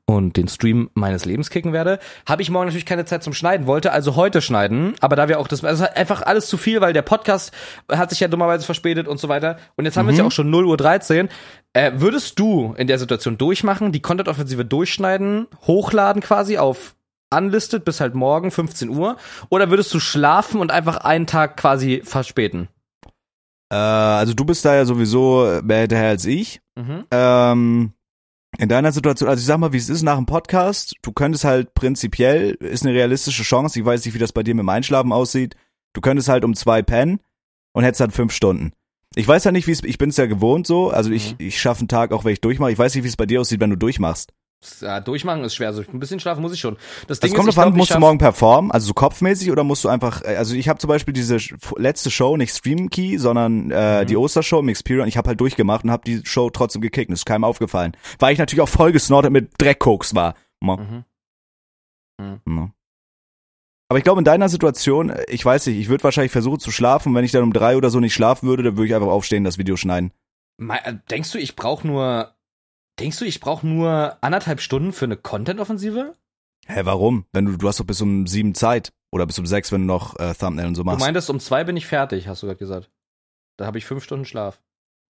[SPEAKER 2] und den Stream meines Lebens kicken werde, habe ich morgen natürlich keine Zeit zum Schneiden, wollte also heute schneiden, aber da wir auch das, also einfach alles zu viel, weil der Podcast hat sich ja dummerweise verspätet und so weiter und jetzt haben wir
[SPEAKER 1] Mhm.
[SPEAKER 2] es ja auch schon 0.13 Uhr. Äh, würdest du in der Situation durchmachen, die Content-Offensive durchschneiden, hochladen quasi auf unlisted bis halt morgen 15 Uhr oder würdest du schlafen und einfach einen Tag quasi verspäten?
[SPEAKER 1] äh, also du bist da ja sowieso mehr hinterher als ich.
[SPEAKER 2] Mhm.
[SPEAKER 1] ähm, in deiner Situation, also ich sag mal, wie es ist nach dem Podcast, du könntest halt prinzipiell, ist eine realistische Chance, ich weiß nicht, wie das bei dir mit dem Einschlafen aussieht, du könntest halt um zwei pennen und hättest dann fünf Stunden. Ich weiß ja nicht, wie es, ich bin es ja gewohnt so, also ich, ich schaffe einen Tag, auch wenn ich durchmache, ich weiß nicht, wie es bei dir aussieht, wenn du durchmachst.
[SPEAKER 2] Ja, durchmachen ist schwer. Also ein bisschen schlafen muss ich schon.
[SPEAKER 1] Das
[SPEAKER 2] Das Ding
[SPEAKER 1] kommt
[SPEAKER 2] ist, ich
[SPEAKER 1] drauf an,
[SPEAKER 2] glaub, ich
[SPEAKER 1] musst du
[SPEAKER 2] schaff-
[SPEAKER 1] morgen performen, also so kopfmäßig oder musst du einfach, äh, also ich habe zum Beispiel diese sch- f- letzte Show, nicht Stream Key, sondern äh, die Ostershow im Experience, ich habe halt durchgemacht und habe die Show trotzdem gekickt, und ist keinem aufgefallen, weil ich natürlich auch voll gesnortet mit Dreckkoks war. Mo-
[SPEAKER 2] Mhm. Mhm.
[SPEAKER 1] Mo. Aber ich glaube, in deiner Situation, äh, ich weiß nicht, ich würde wahrscheinlich versuchen zu schlafen, und wenn ich dann um drei oder so nicht schlafen würde, dann würde ich einfach aufstehen, das Video schneiden.
[SPEAKER 2] Mei- äh, Denkst du, ich brauche nur. Denkst du, ich brauche nur anderthalb Stunden für eine Content-Offensive?
[SPEAKER 1] Hä, warum? Wenn du, du hast doch bis um sieben Zeit oder bis um sechs, wenn du noch äh, Thumbnail und so
[SPEAKER 2] Du
[SPEAKER 1] machst.
[SPEAKER 2] meintest, um zwei bin ich fertig, hast du gerade gesagt. Da habe ich fünf Stunden Schlaf.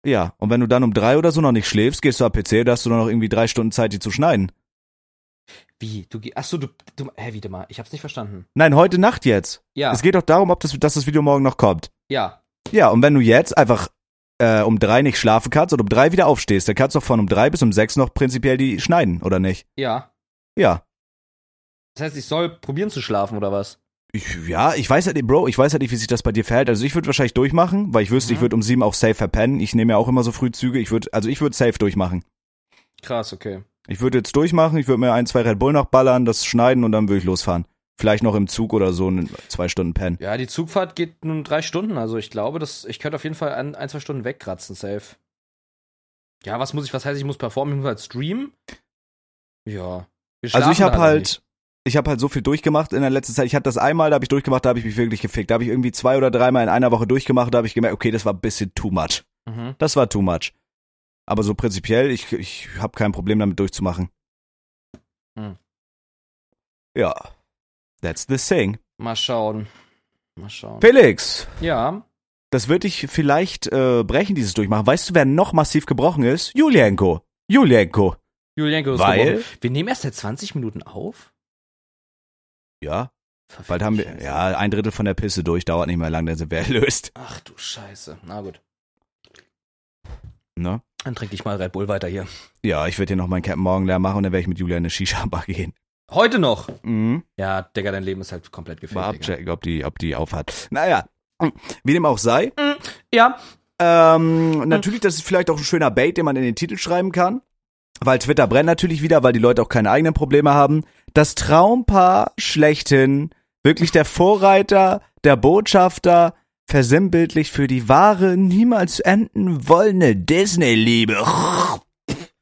[SPEAKER 1] Ja, und wenn du dann um drei oder so noch nicht schläfst, gehst du am PC, da hast du dann noch irgendwie drei Stunden Zeit, die zu schneiden.
[SPEAKER 2] Wie? Du gehst. Achso, du. du hä, wie du mal? Ich hab's nicht verstanden.
[SPEAKER 1] Nein, heute Nacht jetzt.
[SPEAKER 2] Ja.
[SPEAKER 1] Es geht doch darum, ob das, dass das Video morgen noch kommt.
[SPEAKER 2] ja.
[SPEAKER 1] Ja, und wenn du jetzt einfach äh, um drei nicht schlafen kannst und um drei wieder aufstehst, dann kannst du doch von um drei bis um sechs noch prinzipiell die schneiden, oder nicht?
[SPEAKER 2] Ja.
[SPEAKER 1] Ja.
[SPEAKER 2] Das heißt, ich soll probieren zu schlafen oder was?
[SPEAKER 1] Ich, ja, ich weiß halt, nicht, Bro, ich weiß halt nicht, wie sich das bei dir verhält. Also ich würde wahrscheinlich durchmachen, weil ich wüsste,
[SPEAKER 2] Mhm.
[SPEAKER 1] ich würde um sieben auch safe verpennen. Ich nehme ja auch immer so früh Züge. Ich würde, also ich würde safe durchmachen.
[SPEAKER 2] Krass, okay.
[SPEAKER 1] Ich würde jetzt durchmachen, ich würde mir ein, zwei Red Bull noch ballern, das schneiden und dann würde ich losfahren. Vielleicht noch im Zug oder so in zwei Stunden pennen.
[SPEAKER 2] Ja, die Zugfahrt geht nun drei Stunden, also ich glaube, dass ich könnte auf jeden Fall ein, ein zwei Stunden wegkratzen, safe. Ja, was muss ich, was heißt, ich muss performen, ich muss halt streamen? Ja. Wir
[SPEAKER 1] Also ich
[SPEAKER 2] schlafen
[SPEAKER 1] habe
[SPEAKER 2] alle
[SPEAKER 1] halt,
[SPEAKER 2] nicht.
[SPEAKER 1] ich habe halt so viel durchgemacht in der letzten Zeit. Ich hatte das einmal, da habe ich durchgemacht, da habe ich mich wirklich gefickt. Da habe ich irgendwie zwei oder dreimal in einer Woche durchgemacht, da habe ich gemerkt, okay, das war ein bisschen too much.
[SPEAKER 2] Mhm.
[SPEAKER 1] Das war too much. Aber so prinzipiell, ich, ich habe kein Problem damit durchzumachen.
[SPEAKER 2] Hm.
[SPEAKER 1] Ja, that's the thing.
[SPEAKER 2] Mal schauen. Mal schauen.
[SPEAKER 1] Felix,
[SPEAKER 2] Ja.
[SPEAKER 1] das wird dich vielleicht äh, brechen, dieses Durchmachen. Weißt du, wer noch massiv gebrochen ist? Julienko. Julienko.
[SPEAKER 2] Julienko ist
[SPEAKER 1] Weil-
[SPEAKER 2] gebrochen. Wir nehmen erst seit 20 Minuten auf.
[SPEAKER 1] Ja,
[SPEAKER 2] Verfickte
[SPEAKER 1] bald haben wir,
[SPEAKER 2] Scheiße.
[SPEAKER 1] ja, ein Drittel von der Pisse durch, dauert nicht mehr lang, dann sind wir erlöst.
[SPEAKER 2] Ach du Scheiße. Na gut.
[SPEAKER 1] Ne?
[SPEAKER 2] Dann trinke ich mal Red Bull weiter hier.
[SPEAKER 1] Ja, ich werde hier noch meinen Captain Morgen leer machen und dann werde ich mit Julia in eine Shisha-Bar gehen.
[SPEAKER 2] Heute noch.
[SPEAKER 1] Mhm.
[SPEAKER 2] Ja, Digga, dein Leben ist halt komplett
[SPEAKER 1] Mal
[SPEAKER 2] gefährlich.
[SPEAKER 1] abchecken, ob die, ob die aufhat. Naja, wie dem auch sei.
[SPEAKER 2] Ja.
[SPEAKER 1] Ähm, natürlich, das ist vielleicht auch ein schöner Bait, den man in den Titel schreiben kann. Weil Twitter brennt natürlich wieder, weil die Leute auch keine eigenen Probleme haben. Das Traumpaar schlechthin, wirklich der Vorreiter, der Botschafter, versinnbildlich für die wahre, niemals enden wollende Disney-Liebe.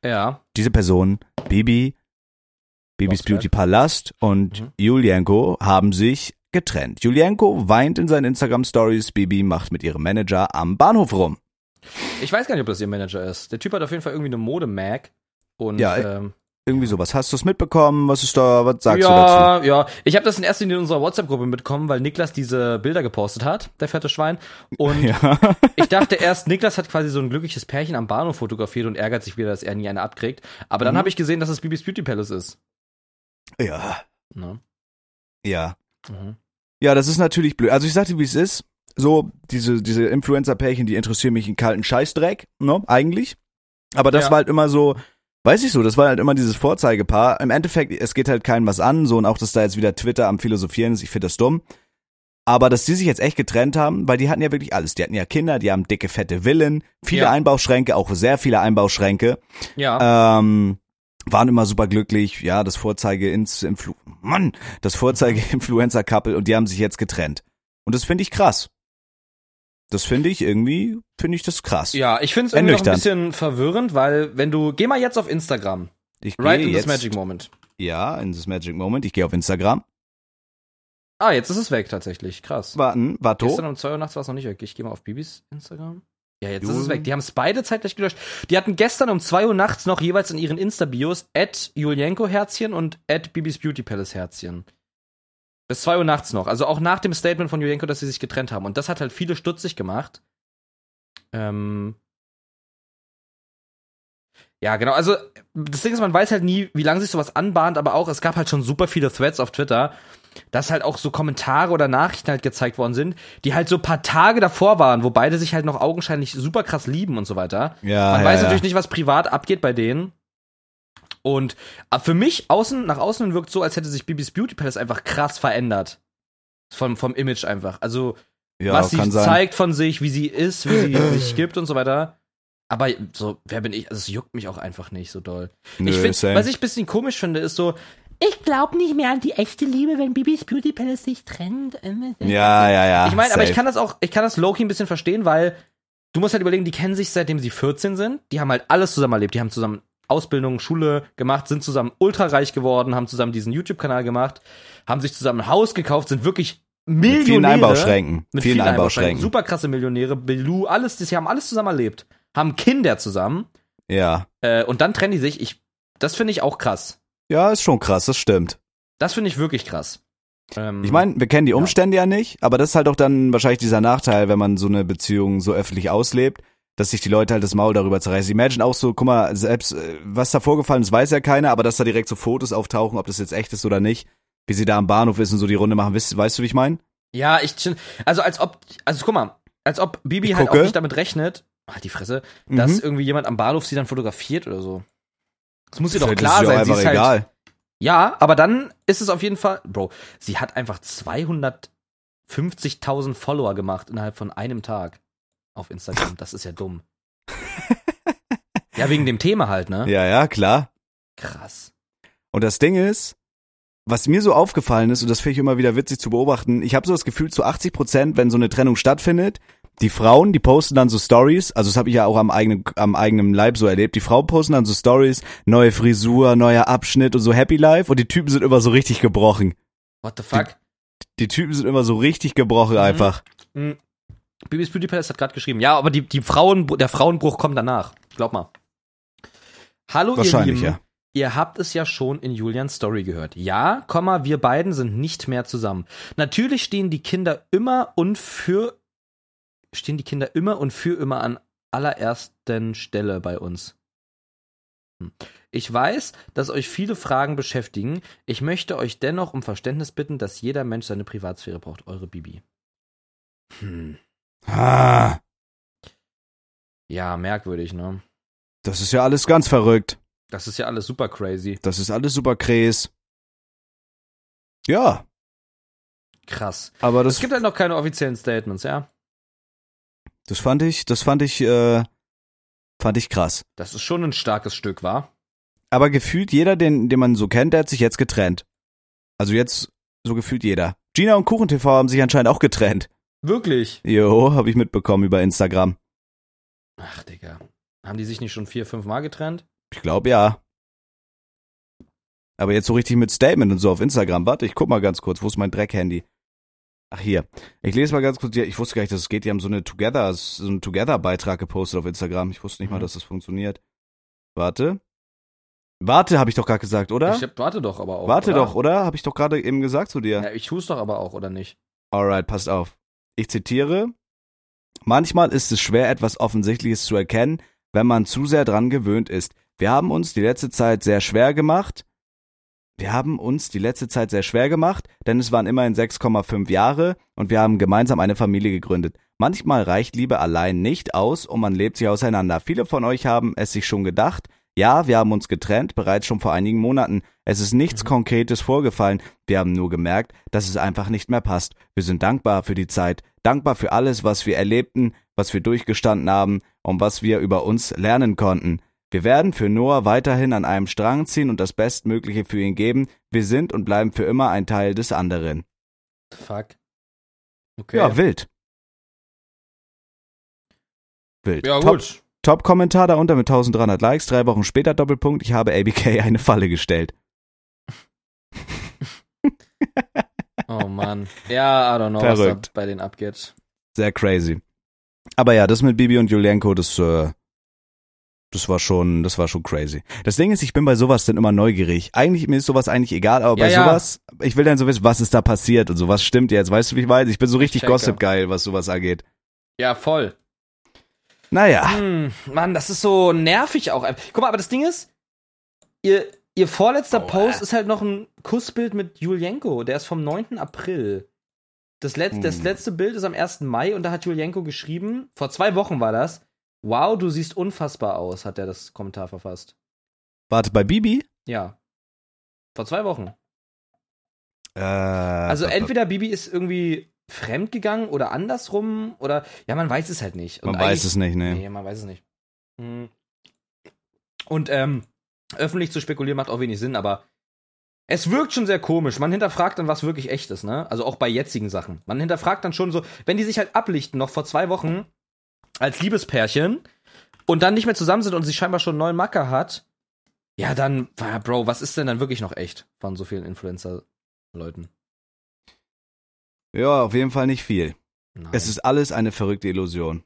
[SPEAKER 2] Ja.
[SPEAKER 1] diese Person, Bibi, Bibis
[SPEAKER 2] Rosberg.
[SPEAKER 1] Beauty Palast und
[SPEAKER 2] Mhm.
[SPEAKER 1] Julienko haben sich getrennt. Julienko weint in seinen Instagram Stories, Bibi macht mit ihrem Manager am Bahnhof rum.
[SPEAKER 2] Ich weiß gar nicht, ob das ihr Manager ist. Der Typ hat auf jeden Fall irgendwie eine Mode-Mag. Und,
[SPEAKER 1] Ja,
[SPEAKER 2] ähm,
[SPEAKER 1] Irgendwie sowas. Hast du es mitbekommen? Was ist da, was sagst du dazu?
[SPEAKER 2] ja, ja. Ich habe das in erster Linie in unserer WhatsApp-Gruppe mitbekommen, weil Niklas diese Bilder gepostet hat, der fette Schwein. Und
[SPEAKER 1] Ja.
[SPEAKER 2] ich dachte erst, Niklas hat quasi so ein glückliches Pärchen am Bahnhof fotografiert und ärgert sich wieder, dass er nie eine abkriegt. Aber dann
[SPEAKER 1] Mhm.
[SPEAKER 2] habe ich gesehen, dass es Bibis Beauty Palace ist.
[SPEAKER 1] ja.
[SPEAKER 2] Ne?
[SPEAKER 1] Ja.
[SPEAKER 2] Mhm.
[SPEAKER 1] Ja, das ist natürlich blöd. Also ich sagte, wie es ist. So, diese, diese Influencer-Pärchen, die interessieren mich in kalten Scheißdreck, ne, eigentlich. Aber das
[SPEAKER 2] Ja.
[SPEAKER 1] war halt immer so, weiß ich so, das war halt immer dieses Vorzeigepaar. Im Endeffekt, es geht halt keinem was an, so, und auch, dass da jetzt wieder Twitter am Philosophieren ist, ich finde das dumm. Aber dass die sich jetzt echt getrennt haben, weil die hatten ja wirklich alles. Die hatten ja Kinder, die haben dicke, fette Villen, viele
[SPEAKER 2] Ja.
[SPEAKER 1] Einbauschränke, auch sehr viele Einbauschränke.
[SPEAKER 2] Ja.
[SPEAKER 1] Ähm, waren immer super glücklich. Ja, das Vorzeige ins Influ Mann, das Vorzeige Influencer Couple und die haben sich jetzt getrennt. Und das finde ich krass. Das finde ich irgendwie, finde ich das krass.
[SPEAKER 2] Ja, ich finde es irgendwie noch ein
[SPEAKER 1] Ernüchternd.
[SPEAKER 2] bisschen verwirrend, weil wenn du, geh mal jetzt auf Instagram,
[SPEAKER 1] ich gehe
[SPEAKER 2] right in
[SPEAKER 1] jetzt,
[SPEAKER 2] this magic moment.
[SPEAKER 1] Ja, in this magic moment. Ich gehe auf Instagram.
[SPEAKER 2] Ah, jetzt ist es weg tatsächlich, krass.
[SPEAKER 1] Warten,
[SPEAKER 2] Gestern
[SPEAKER 1] warte.
[SPEAKER 2] um 2 Uhr nachts war es noch nicht weg. Ich gehe mal auf Bibis Instagram. Ja, jetzt
[SPEAKER 1] Jun-
[SPEAKER 2] ist es weg. Die haben es beide zeitgleich gelöscht. Die hatten gestern um 2 Uhr nachts noch jeweils in ihren Insta-Bios at Julienko-Herzchen und at Bibis Beauty Palace-Herzchen. Bis 2 Uhr nachts noch. Also auch nach dem Statement von Julienko, dass sie sich getrennt haben. Und das hat halt viele stutzig gemacht. Ähm. Ja, genau. Also, das Ding ist, man weiß halt nie, wie lange sich sowas anbahnt, aber auch, es gab halt schon super viele Threads auf Twitter, dass halt auch so Kommentare oder Nachrichten halt gezeigt worden sind, die halt so ein paar Tage davor waren, wo beide sich halt noch augenscheinlich super krass lieben und so weiter.
[SPEAKER 1] Ja,
[SPEAKER 2] Man
[SPEAKER 1] Ah, ja,
[SPEAKER 2] weiß
[SPEAKER 1] ja.
[SPEAKER 2] natürlich nicht, was privat abgeht bei denen. Und äh, für mich außen, nach außen hin wirkt so, als hätte sich Bibis Beauty Palace einfach krass verändert. Vom, vom Image einfach. Also,
[SPEAKER 1] ja,
[SPEAKER 2] was sie
[SPEAKER 1] kann sein.
[SPEAKER 2] zeigt von sich, wie sie ist, wie sie sich gibt und so weiter. Aber so, wer bin ich? Also, es juckt mich auch einfach nicht so doll.
[SPEAKER 1] Nö,
[SPEAKER 2] ich
[SPEAKER 1] same.
[SPEAKER 2] find, was ich ein bisschen komisch finde, ist so,
[SPEAKER 4] Ich glaube nicht mehr an die echte Liebe, wenn Bibis Beauty Palace sich trennt.
[SPEAKER 1] ja, ja, ja.
[SPEAKER 2] ich meine, aber ich
[SPEAKER 1] safe.
[SPEAKER 2] kann das auch, ich kann das Loki ein bisschen verstehen, weil du musst halt überlegen, die kennen sich seitdem sie 14 sind. Die haben halt alles zusammen erlebt. Die haben zusammen Ausbildung, Schule gemacht, sind zusammen ultrareich geworden, haben zusammen diesen YouTube-Kanal gemacht, haben sich zusammen ein Haus gekauft, sind wirklich Millionäre.
[SPEAKER 1] Mit vielen Einbauschränken.
[SPEAKER 2] Mit vielen, Einbauschränken. Super krasse Millionäre, Belu, alles, die haben alles zusammen erlebt. Haben Kinder zusammen.
[SPEAKER 1] Ja.
[SPEAKER 2] Äh, und dann trennen die sich. Ich, das finde ich auch krass.
[SPEAKER 1] Ja, ist schon krass, das stimmt.
[SPEAKER 2] Das finde ich wirklich krass. Ähm,
[SPEAKER 1] Ich meine, wir kennen die Umstände ja. nicht, aber das ist halt auch dann wahrscheinlich dieser Nachteil, wenn man so eine Beziehung so öffentlich auslebt, dass sich die Leute halt das Maul darüber zerreißen. Imagine auch so, guck mal, selbst äh, was da vorgefallen ist, weiß ja keiner, aber dass da direkt so Fotos auftauchen, ob das jetzt echt ist oder nicht, wie sie da am Bahnhof ist und so die Runde machen, weißt, weißt du, wie ich meine?
[SPEAKER 2] Ja, ich. Also, als ob. Also, guck mal. Als ob Bibi
[SPEAKER 1] Ich
[SPEAKER 2] halt auch
[SPEAKER 1] gucke.
[SPEAKER 2] nicht damit rechnet. Halt die Fresse. Dass
[SPEAKER 1] Mhm.
[SPEAKER 2] irgendwie jemand am Bahnhof sie dann fotografiert oder so. Das muss ihr doch
[SPEAKER 1] Vielleicht
[SPEAKER 2] klar
[SPEAKER 1] ist es ihr
[SPEAKER 2] sein.
[SPEAKER 1] auch
[SPEAKER 2] Sie ist
[SPEAKER 1] einfach
[SPEAKER 2] halt.
[SPEAKER 1] egal.
[SPEAKER 2] Ja, aber dann ist es auf jeden Fall, Bro, sie hat einfach 250.000 Follower gemacht innerhalb von einem Tag auf Instagram. Das ist ja dumm. ja, wegen dem Thema halt, ne?
[SPEAKER 1] Ja, ja, klar.
[SPEAKER 2] Krass.
[SPEAKER 1] Und das Ding ist, was mir so aufgefallen ist, und das finde ich immer wieder witzig zu beobachten, ich habe so das Gefühl, zu 80 Prozent, wenn so eine Trennung stattfindet, die Frauen, die posten dann so Stories, also das habe ich ja auch am eigenen, am eigenen Leib so erlebt, die Frauen posten dann so Stories, neue Frisur, neuer Abschnitt und so Happy Life und die Typen sind immer so richtig gebrochen.
[SPEAKER 2] What the fuck?
[SPEAKER 1] Die Typen sind immer so richtig gebrochen einfach.
[SPEAKER 2] Mhm. Bibis Beauty Palace hat gerade geschrieben. Ja, aber die, die Frauen, der Frauenbruch kommt danach. Glaub mal. Hallo, ihr
[SPEAKER 1] Wahrscheinlich,
[SPEAKER 2] Lieben.
[SPEAKER 1] ja.
[SPEAKER 2] Ihr habt es ja schon in Julians Story gehört. Ja, Komma, wir beiden sind nicht mehr zusammen. Natürlich stehen die Kinder immer und für stehen die Kinder immer und für immer an allerersten Stelle bei uns. Hm. Ich weiß, dass euch viele Fragen beschäftigen. Ich möchte euch dennoch um Verständnis bitten, dass jeder Mensch seine Privatsphäre braucht. Eure Bibi. Hm.
[SPEAKER 1] Ah,
[SPEAKER 2] Ja, merkwürdig, ne?
[SPEAKER 1] das ist ja alles ganz verrückt.
[SPEAKER 2] Das ist ja alles super crazy.
[SPEAKER 1] Das ist alles super kräs. Ja,
[SPEAKER 2] Krass.
[SPEAKER 1] aber das
[SPEAKER 2] Es gibt halt noch keine offiziellen Statements, ja?
[SPEAKER 1] Das fand ich, das fand ich, äh, fand ich krass.
[SPEAKER 2] Das ist schon ein starkes Stück, war.
[SPEAKER 1] Aber gefühlt jeder, den, den man so kennt, der hat sich jetzt getrennt. Also jetzt so gefühlt jeder. Gina und Kuchen TV haben sich anscheinend auch getrennt.
[SPEAKER 2] Wirklich?
[SPEAKER 1] Jo, habe ich mitbekommen über Instagram.
[SPEAKER 2] Ach, Digga. Haben die sich nicht schon vier, fünf Mal getrennt?
[SPEAKER 1] Ich glaube ja. Aber jetzt so richtig mit Statement und so auf Instagram. Warte, ich guck mal ganz kurz. Wo ist mein Dreck-Handy? Ach hier. Ich lese mal ganz kurz. die- Ich wusste gar nicht, dass es geht. Die haben so eine Together, so einen Together-Beitrag gepostet auf Instagram. Ich wusste nicht mal,
[SPEAKER 2] Mhm.
[SPEAKER 1] dass das funktioniert. Warte. Warte, habe ich doch gerade gesagt, oder?
[SPEAKER 2] Ich hab, warte doch aber auch.
[SPEAKER 1] Warte
[SPEAKER 2] oder?
[SPEAKER 1] doch, oder? Habe ich doch gerade eben gesagt zu dir.
[SPEAKER 2] Ja, ich hust doch aber auch, oder nicht?
[SPEAKER 1] Alright, passt auf. Ich zitiere. Manchmal ist es schwer, etwas Offensichtliches zu erkennen, wenn man zu sehr dran gewöhnt ist. Wir haben uns die letzte Zeit sehr schwer gemacht. Wir haben uns die letzte Zeit sehr schwer gemacht, denn es waren immerhin 6,5 Jahre und wir haben gemeinsam eine Familie gegründet. Manchmal reicht Liebe allein nicht aus und man lebt sich auseinander. Viele von euch haben es sich schon gedacht. Ja, wir haben uns getrennt, bereits schon vor einigen Monaten. Es ist nichts
[SPEAKER 2] Mhm.
[SPEAKER 1] Konkretes vorgefallen. Wir haben nur gemerkt, dass es einfach nicht mehr passt. Wir sind dankbar für die Zeit, dankbar für alles, was wir erlebten, was wir durchgestanden haben und was wir über uns lernen konnten. Wir werden für Noah weiterhin an einem Strang ziehen und das Bestmögliche für ihn geben. Wir sind und bleiben für immer ein Teil des anderen.
[SPEAKER 2] Fuck. Okay.
[SPEAKER 1] Ja, wild. Wild.
[SPEAKER 2] Ja,
[SPEAKER 1] Top,
[SPEAKER 2] gut.
[SPEAKER 1] Top-Kommentar darunter mit 1300 Likes. Drei Wochen später Doppelpunkt. Ich habe ABK eine Falle gestellt.
[SPEAKER 2] Oh Mann. Ja, I don't know, was
[SPEAKER 1] Verrückt.
[SPEAKER 2] da bei denen abgeht.
[SPEAKER 1] Sehr crazy. Aber ja, das mit Bibi und Julienko, das, äh, das war schon, das war schon crazy. Das Ding ist, ich bin bei sowas dann immer neugierig. Eigentlich, mir ist sowas eigentlich egal, aber bei
[SPEAKER 2] Ja, ja.
[SPEAKER 1] sowas, ich will dann so wissen, was ist da passiert und so, was stimmt jetzt, weißt du, wie ich weiß? Ich bin so richtig
[SPEAKER 2] checke.
[SPEAKER 1] Gossip-geil, was sowas angeht.
[SPEAKER 2] Ja, voll.
[SPEAKER 1] Naja,
[SPEAKER 2] Hm, Mann, das ist so nervig auch. Guck mal, aber das Ding ist, ihr, ihr vorletzter
[SPEAKER 1] Aua.
[SPEAKER 2] Post ist halt noch ein Kussbild mit Julienko. Der ist vom 9. April. Das, Letz
[SPEAKER 1] Hm.
[SPEAKER 2] das letzte Bild ist am 1. Mai und da hat Julienko geschrieben, vor zwei Wochen war das, wow, du siehst unfassbar aus, hat er das Kommentar verfasst.
[SPEAKER 1] warte, bei Bibi?
[SPEAKER 2] Ja. Vor zwei Wochen.
[SPEAKER 1] Äh,
[SPEAKER 2] Also entweder Bibi ist irgendwie fremdgegangen oder andersrum oder, ja, man weiß es halt nicht. Und
[SPEAKER 1] Man weiß
[SPEAKER 2] eigentlich-
[SPEAKER 1] es nicht, ne?
[SPEAKER 2] Nee, man weiß es nicht. Hm. Und ähm, öffentlich zu spekulieren macht auch wenig Sinn, aber es wirkt schon sehr komisch. Man hinterfragt dann, was wirklich echt ist, ne? Also auch bei jetzigen Sachen. Man hinterfragt dann schon so, wenn die sich halt ablichten, noch vor zwei Wochen als Liebespärchen und dann nicht mehr zusammen sind und sie scheinbar schon einen neuen Macker hat, ja, dann, ah, Bro, was ist denn dann wirklich noch echt von so vielen Influencer-Leuten?
[SPEAKER 1] Ja, auf jeden Fall nicht viel.
[SPEAKER 2] Nein.
[SPEAKER 1] Es ist alles eine verrückte Illusion.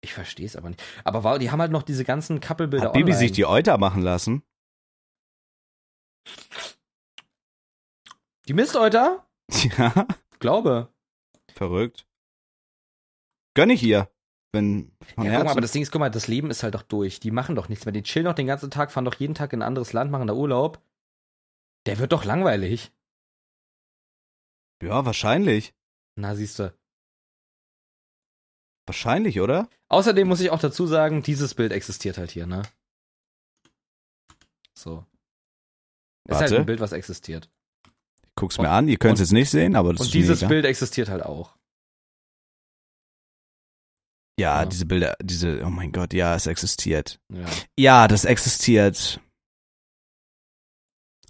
[SPEAKER 2] ich verstehe es aber nicht. Aber wow, die haben halt noch diese ganzen Couple-Bilder
[SPEAKER 1] Hat Bibi
[SPEAKER 2] online.
[SPEAKER 1] sich die Euter machen lassen?
[SPEAKER 2] die Mistäuter?
[SPEAKER 1] Ja,
[SPEAKER 2] Glaube.
[SPEAKER 1] verrückt. Gönn ich ihr. Wenn, von
[SPEAKER 2] Ja, guck mal,
[SPEAKER 1] Herzen.
[SPEAKER 2] aber das Ding ist, guck mal, das Leben ist halt doch durch. Die machen doch nichts mehr. Die chillen doch den ganzen Tag, fahren doch jeden Tag in ein anderes Land, machen da Urlaub. Der wird doch langweilig.
[SPEAKER 1] ja, wahrscheinlich.
[SPEAKER 2] Na, siehst du.
[SPEAKER 1] Wahrscheinlich, oder?
[SPEAKER 2] Außerdem muss ich auch dazu sagen, dieses Bild existiert halt hier, ne? So. Ist halt
[SPEAKER 1] Warte.
[SPEAKER 2] ein Bild, was existiert.
[SPEAKER 1] Guck's
[SPEAKER 2] Und-
[SPEAKER 1] mir an, ihr könnt es jetzt nicht sehen, aber das ist
[SPEAKER 2] Und
[SPEAKER 1] mir
[SPEAKER 2] dieses
[SPEAKER 1] egal.
[SPEAKER 2] Bild existiert halt auch.
[SPEAKER 1] Ja,
[SPEAKER 2] Ja.
[SPEAKER 1] diese Bilder, diese, oh mein Gott, ja, es existiert.
[SPEAKER 2] Ja.
[SPEAKER 1] Ja, das existiert.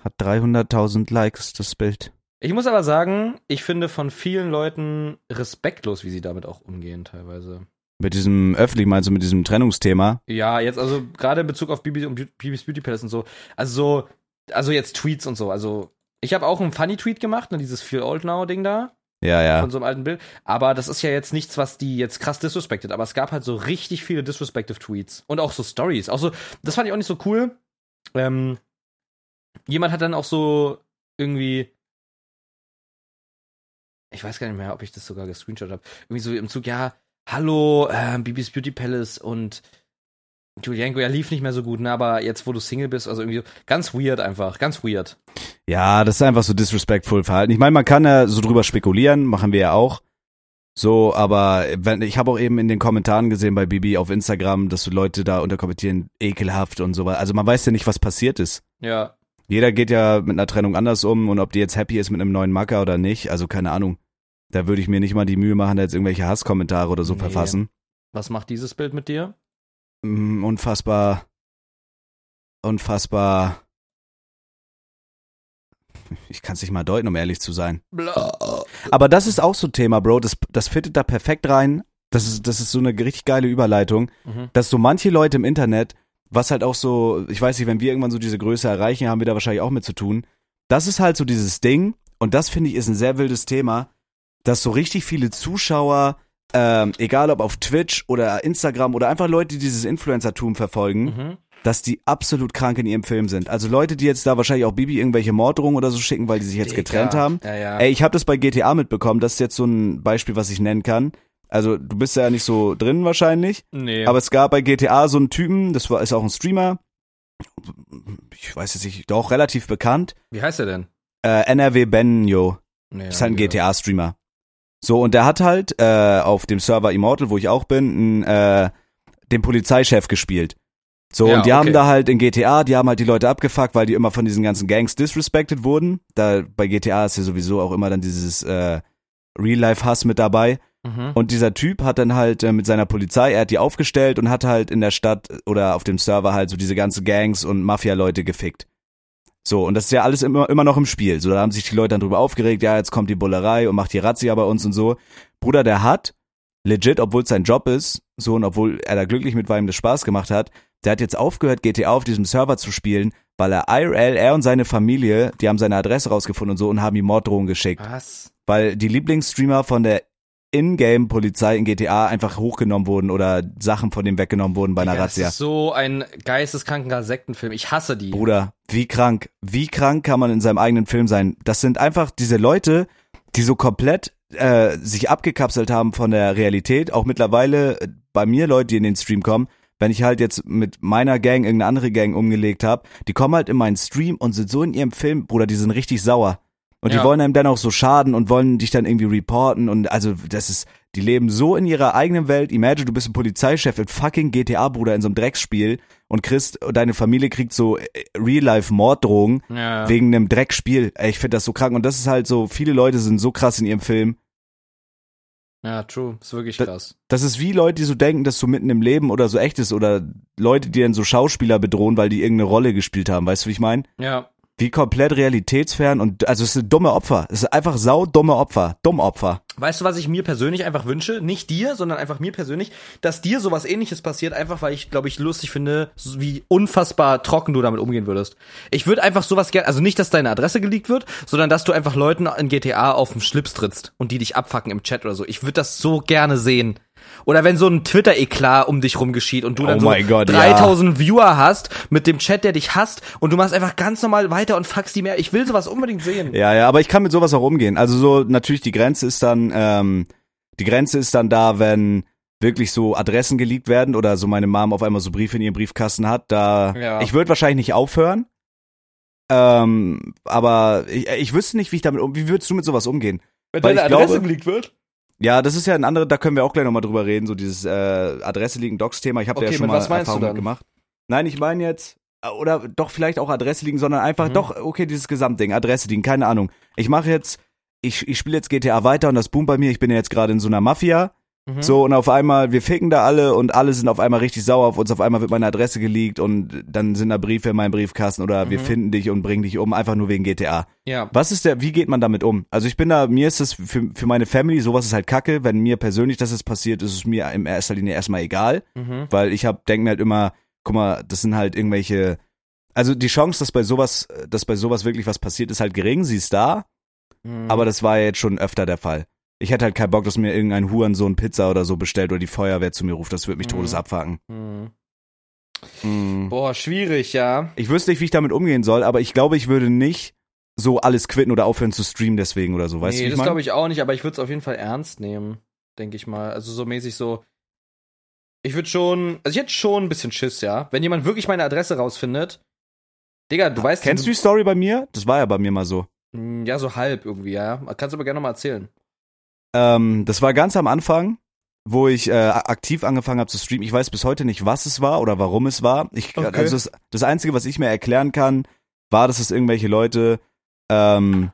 [SPEAKER 1] Hat 300.000 Likes, das Bild.
[SPEAKER 2] Ich muss aber sagen, ich finde von vielen Leuten respektlos, wie sie damit auch umgehen teilweise.
[SPEAKER 1] Mit diesem öffentlich, meinst du, mit diesem Trennungsthema?
[SPEAKER 2] Ja, jetzt also gerade in Bezug auf Bibi und Beau- Bibis Beauty Palace und so. Also so, also jetzt Tweets und so. Also ich habe auch einen Funny Tweet gemacht, ne, dieses Feel Old Now Ding da
[SPEAKER 1] Ja, ja.
[SPEAKER 2] von so einem alten Bild. Aber das ist ja jetzt nichts, was die jetzt krass disrespected. Aber es gab halt so richtig viele disrespective Tweets und auch so Stories. Auch so, das fand ich auch nicht so cool. Ähm, jemand hat dann auch so irgendwie ich weiß gar nicht mehr, ob ich das sogar gescreenshot habe. Irgendwie so im Zug, ja, hallo, ähm, Bibis Beauty Palace und Julienko, ja, lief nicht mehr so gut, ne, aber jetzt, wo du Single bist, also irgendwie so, ganz weird einfach, ganz weird.
[SPEAKER 1] Ja, das ist einfach so disrespectful Verhalten. Ich meine, man kann ja so drüber spekulieren, machen wir ja auch. So, aber wenn, ich habe auch eben in den Kommentaren gesehen bei Bibi auf Instagram, dass so Leute da unterkommentieren, ekelhaft und so weiter. Also man weiß ja nicht, was passiert ist.
[SPEAKER 2] Ja,
[SPEAKER 1] Jeder geht ja mit einer Trennung anders um und ob die jetzt happy ist mit einem neuen Macker oder nicht, also keine Ahnung. Da würde ich mir nicht mal die Mühe machen, da jetzt irgendwelche Hasskommentare oder so
[SPEAKER 2] Nee.
[SPEAKER 1] verfassen.
[SPEAKER 2] was macht dieses Bild mit dir?
[SPEAKER 1] Mm, Unfassbar. Unfassbar. Ich kann es nicht mal deuten, um ehrlich zu sein.
[SPEAKER 2] Blah.
[SPEAKER 1] Aber das ist auch so ein Thema, Bro. Das, das fittet da perfekt rein. Das ist, das ist so eine richtig geile Überleitung,
[SPEAKER 2] Mhm.
[SPEAKER 1] dass so manche Leute im Internet, was halt auch so, ich weiß nicht, wenn wir irgendwann so diese Größe erreichen, haben wir da wahrscheinlich auch mit zu tun. Das ist halt so dieses Ding, und das finde ich ist ein sehr wildes Thema, dass so richtig viele Zuschauer, ähm, egal ob auf Twitch oder Instagram oder einfach Leute, die dieses Influencertum verfolgen,
[SPEAKER 2] Mhm.
[SPEAKER 1] dass die absolut krank in ihrem Film sind. Also Leute, die jetzt da wahrscheinlich auch Bibi irgendwelche Morddrohungen oder so schicken, weil die sich jetzt
[SPEAKER 2] Digga.
[SPEAKER 1] getrennt haben.
[SPEAKER 2] Ja, ja.
[SPEAKER 1] Ey, ich habe das bei GTA mitbekommen. Das ist jetzt so ein Beispiel, was ich nennen kann. Also du bist ja nicht so drin wahrscheinlich,
[SPEAKER 2] nee.
[SPEAKER 1] aber es gab bei GTA so einen Typen, das war ist auch ein Streamer, ich weiß jetzt nicht, doch relativ bekannt,
[SPEAKER 2] Wie heißt er denn?
[SPEAKER 1] äh, NRW Benjo,
[SPEAKER 2] Nee,
[SPEAKER 1] ist halt ein
[SPEAKER 2] ja.
[SPEAKER 1] GTA-Streamer. So und der hat halt äh, auf dem Server Immortal, wo ich auch bin, n, äh, den Polizeichef gespielt. So
[SPEAKER 2] Ja,
[SPEAKER 1] und die haben
[SPEAKER 2] okay.
[SPEAKER 1] da halt in GTA, die haben halt die Leute abgefuckt, weil die immer von diesen ganzen Gangs disrespected wurden. Da bei GTA ist ja sowieso auch immer dann dieses äh, Real-Life-Hass mit dabei.
[SPEAKER 2] Mhm.
[SPEAKER 1] Und dieser Typ hat dann halt äh, mit seiner Polizei, er hat die aufgestellt und hat halt in der Stadt oder auf dem Server halt so diese ganzen Gangs und Mafia-Leute gefickt. So, und das ist ja alles immer, immer noch im Spiel. So, da haben sich die Leute dann drüber aufgeregt, ja, jetzt kommt die Bullerei und macht die Razzia bei uns und so. Bruder, der hat, legit, obwohl es sein Job ist, so und obwohl er da glücklich mit war, ihm das Spaß gemacht hat, der hat jetzt aufgehört, GTA auf diesem Server zu spielen, weil er IRL, er und seine Familie, die haben seine Adresse rausgefunden und so und haben ihm Morddrohungen geschickt
[SPEAKER 2] Was?
[SPEAKER 1] weil die Lieblingsstreamer von der Ingame-Polizei in GTA einfach hochgenommen wurden oder Sachen von dem weggenommen wurden bei einer
[SPEAKER 2] Digga, Das
[SPEAKER 1] Razzia.
[SPEAKER 2] ist so ein geisteskranker Sektenfilm. Ich hasse die.
[SPEAKER 1] Bruder, wie krank, wie krank kann man in seinem eigenen Film sein? Das sind einfach diese Leute, die so komplett äh, sich abgekapselt haben von der Realität. Auch mittlerweile äh, bei mir Leute, die in den Stream kommen, wenn ich halt jetzt mit meiner Gang irgendeine andere Gang umgelegt habe, die kommen halt in meinen Stream und sind so in ihrem Film, Bruder, die sind richtig sauer. Und die
[SPEAKER 2] Ja.
[SPEAKER 1] wollen einem dann auch so schaden und wollen dich dann irgendwie reporten und also das ist, die leben so in ihrer eigenen Welt. Imagine, du bist ein Polizeichef in fucking GTA, Bruder, in so einem Drecksspiel und kriegst, deine Familie kriegt so äh, Real-Life-Morddrohungen
[SPEAKER 2] Ja.
[SPEAKER 1] wegen einem Dreckspiel. Ey, ich finde das so krank und das ist halt so, viele Leute sind so krass in ihrem Film.
[SPEAKER 2] ja, true. Ist wirklich
[SPEAKER 1] Da-
[SPEAKER 2] krass.
[SPEAKER 1] Das ist wie Leute, die so denken, dass so mitten im Leben oder so echt ist oder Leute, die dann so Schauspieler bedrohen, weil die irgendeine Rolle gespielt haben. Weißt du, wie ich meine?
[SPEAKER 2] Ja.
[SPEAKER 1] Wie komplett realitätsfern und also es sind dumme Opfer. Es sind einfach saudumme Opfer. Dumm Opfer.
[SPEAKER 2] Weißt du, was ich mir persönlich einfach wünsche? Nicht dir, sondern einfach mir persönlich, dass dir sowas ähnliches passiert, einfach weil ich, glaube ich, lustig finde, so wie unfassbar trocken du damit umgehen würdest. Ich würde einfach sowas gerne, also nicht, dass deine Adresse geleakt wird, sondern dass du einfach Leuten in GTA auf den Schlips trittst und die dich abfacken im Chat oder so. Ich würde das so gerne sehen. Oder wenn so ein Twitter-Eklat um dich rum geschieht und du dann
[SPEAKER 1] Oh
[SPEAKER 2] so
[SPEAKER 1] mein Gott, ja.
[SPEAKER 2] 3000 Viewer hast mit dem Chat, der dich hasst und du machst einfach ganz normal weiter und fuckst die mehr. Ich will sowas unbedingt sehen.
[SPEAKER 1] Ja, ja, aber ich kann mit sowas auch umgehen. Also so natürlich die Grenze ist dann, ähm, die Grenze ist dann da, wenn wirklich so Adressen geleakt werden oder so meine Mom auf einmal so Briefe in ihrem Briefkasten hat. Da
[SPEAKER 2] Ja.
[SPEAKER 1] ich würde wahrscheinlich nicht aufhören. Ähm, aber ich, ich wüsste nicht, wie ich damit um. Wie würdest du mit sowas umgehen?
[SPEAKER 2] Wenn
[SPEAKER 1] Weil ich glaube-
[SPEAKER 2] geleakt wird?
[SPEAKER 1] Ja, das ist ja ein anderes, da können wir auch gleich nochmal drüber reden, so dieses äh, Adresse liegen Docs-Thema. Ich habe da
[SPEAKER 2] Okay,
[SPEAKER 1] ja schon
[SPEAKER 2] mit
[SPEAKER 1] mal
[SPEAKER 2] was meinst du
[SPEAKER 1] Erfahrung
[SPEAKER 2] dann?
[SPEAKER 1] mit gemacht. Nein, ich meine jetzt, äh, oder doch vielleicht auch Adresse liegen, sondern einfach
[SPEAKER 2] Mhm.
[SPEAKER 1] doch, okay, dieses Gesamtding, Adresse liegen, keine Ahnung. Ich mache jetzt, ich, ich spiele jetzt GTA weiter und das boomt bei mir, ich bin ja jetzt gerade in so einer Mafia.
[SPEAKER 2] Mhm.
[SPEAKER 1] So, und auf einmal, wir ficken da alle und alle sind auf einmal richtig sauer auf uns, auf einmal wird meine Adresse geleakt und dann sind da Briefe in meinem Briefkasten oder wir
[SPEAKER 2] Mhm.
[SPEAKER 1] finden dich und bringen dich um, einfach nur wegen GTA.
[SPEAKER 2] Ja.
[SPEAKER 1] Was ist der, wie geht man damit um? Also ich bin da, mir ist es für, für meine Family, sowas ist halt kacke. Wenn mir persönlich das jetzt passiert, ist es mir in erster Linie erstmal egal,
[SPEAKER 2] Mhm.
[SPEAKER 1] weil ich hab, denk mir halt immer, guck mal, das sind halt irgendwelche, also die Chance, dass bei sowas, dass bei sowas wirklich was passiert, ist halt gering, sie ist da,
[SPEAKER 2] Mhm.
[SPEAKER 1] aber das war ja jetzt schon öfter der Fall. Ich hätte halt keinen Bock, dass mir irgendein Hurensohn Pizza oder so bestellt oder die Feuerwehr zu mir ruft, das würde mich
[SPEAKER 2] Mhm.
[SPEAKER 1] todes abfacken.
[SPEAKER 2] Mhm. Boah, schwierig, ja.
[SPEAKER 1] Ich wüsste nicht, wie ich damit umgehen soll, aber ich glaube, ich würde nicht so alles quitten oder aufhören zu streamen deswegen oder so, weißt du, wie
[SPEAKER 2] nee,
[SPEAKER 1] ich
[SPEAKER 2] das
[SPEAKER 1] mein?
[SPEAKER 2] glaube ich auch nicht, aber ich würde es auf jeden Fall ernst nehmen, denke ich mal. Also so mäßig so. Ich würde schon, also ich hätte schon ein bisschen Schiss, ja. Wenn jemand wirklich meine Adresse rausfindet, Digga, du weißt
[SPEAKER 1] Kennst du die Story bei mir? Das war ja bei mir mal so.
[SPEAKER 2] Mm, Ja, so halb irgendwie, ja. Kannst du aber gerne nochmal erzählen.
[SPEAKER 1] Ähm, das war ganz am Anfang, wo ich äh, aktiv angefangen habe zu streamen. Ich weiß bis heute nicht, was es war oder warum es war. Ich,
[SPEAKER 2] Okay.
[SPEAKER 1] Also das, das Einzige, was ich mir erklären kann, war, dass es irgendwelche Leute ähm,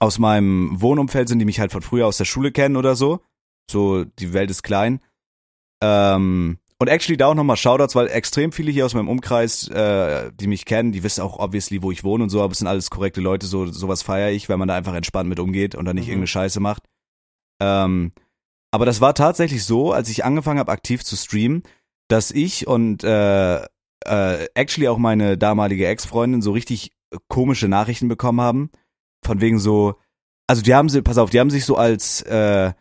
[SPEAKER 1] aus meinem Wohnumfeld sind, die mich halt von früher aus der Schule kennen oder so. So, die Welt ist klein. Ähm, und actually da auch nochmal Shoutouts, weil extrem viele hier aus meinem Umkreis, äh, die mich kennen, die wissen auch obviously, wo ich wohne und so, aber es sind alles korrekte Leute, so sowas feiere ich, wenn man da einfach entspannt mit umgeht und da nicht
[SPEAKER 2] Mhm.
[SPEAKER 1] irgendeine Scheiße macht. Ähm, aber das war tatsächlich so, als ich angefangen habe, aktiv zu streamen, dass ich und äh, äh, actually auch meine damalige Ex-Freundin so richtig äh, komische Nachrichten bekommen haben. Von wegen so, also die haben sie, pass auf, die haben sich so als äh,